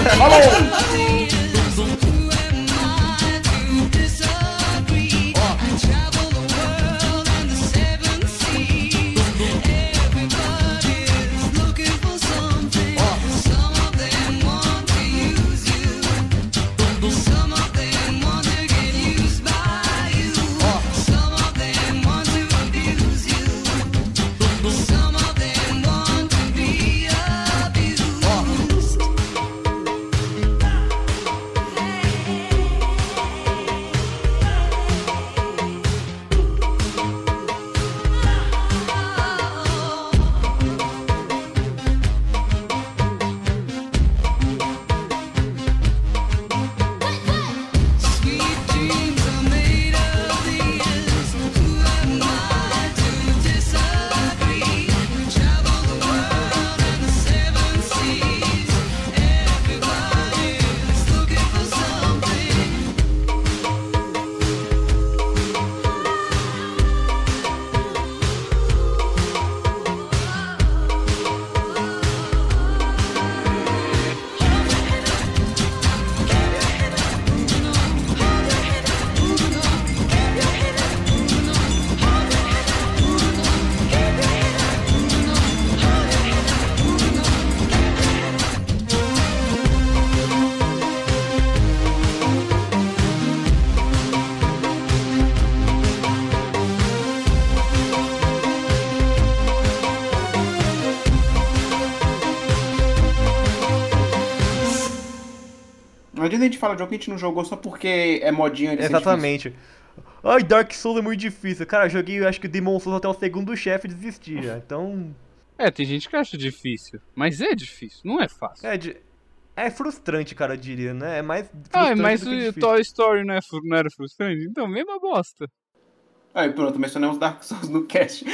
[SPEAKER 1] Não adianta a gente falar de jogo que a gente não jogou só porque é modinha de ser
[SPEAKER 3] Exatamente. Ai, Dark Souls é muito difícil. Cara, eu joguei, eu acho que Demon Souls até o segundo chefe e desisti já. Então,
[SPEAKER 2] É, tem gente que acha difícil, mas é difícil, não é fácil.
[SPEAKER 3] é de... É frustrante, cara, eu diria, né? É mais frustrante
[SPEAKER 2] Ah, mas
[SPEAKER 3] do
[SPEAKER 2] o
[SPEAKER 3] que difícil.
[SPEAKER 2] Toy Story não, é fru- não era frustrante? Então, mesma bosta.
[SPEAKER 1] Aí pronto, mencionamos Dark Souls no cast.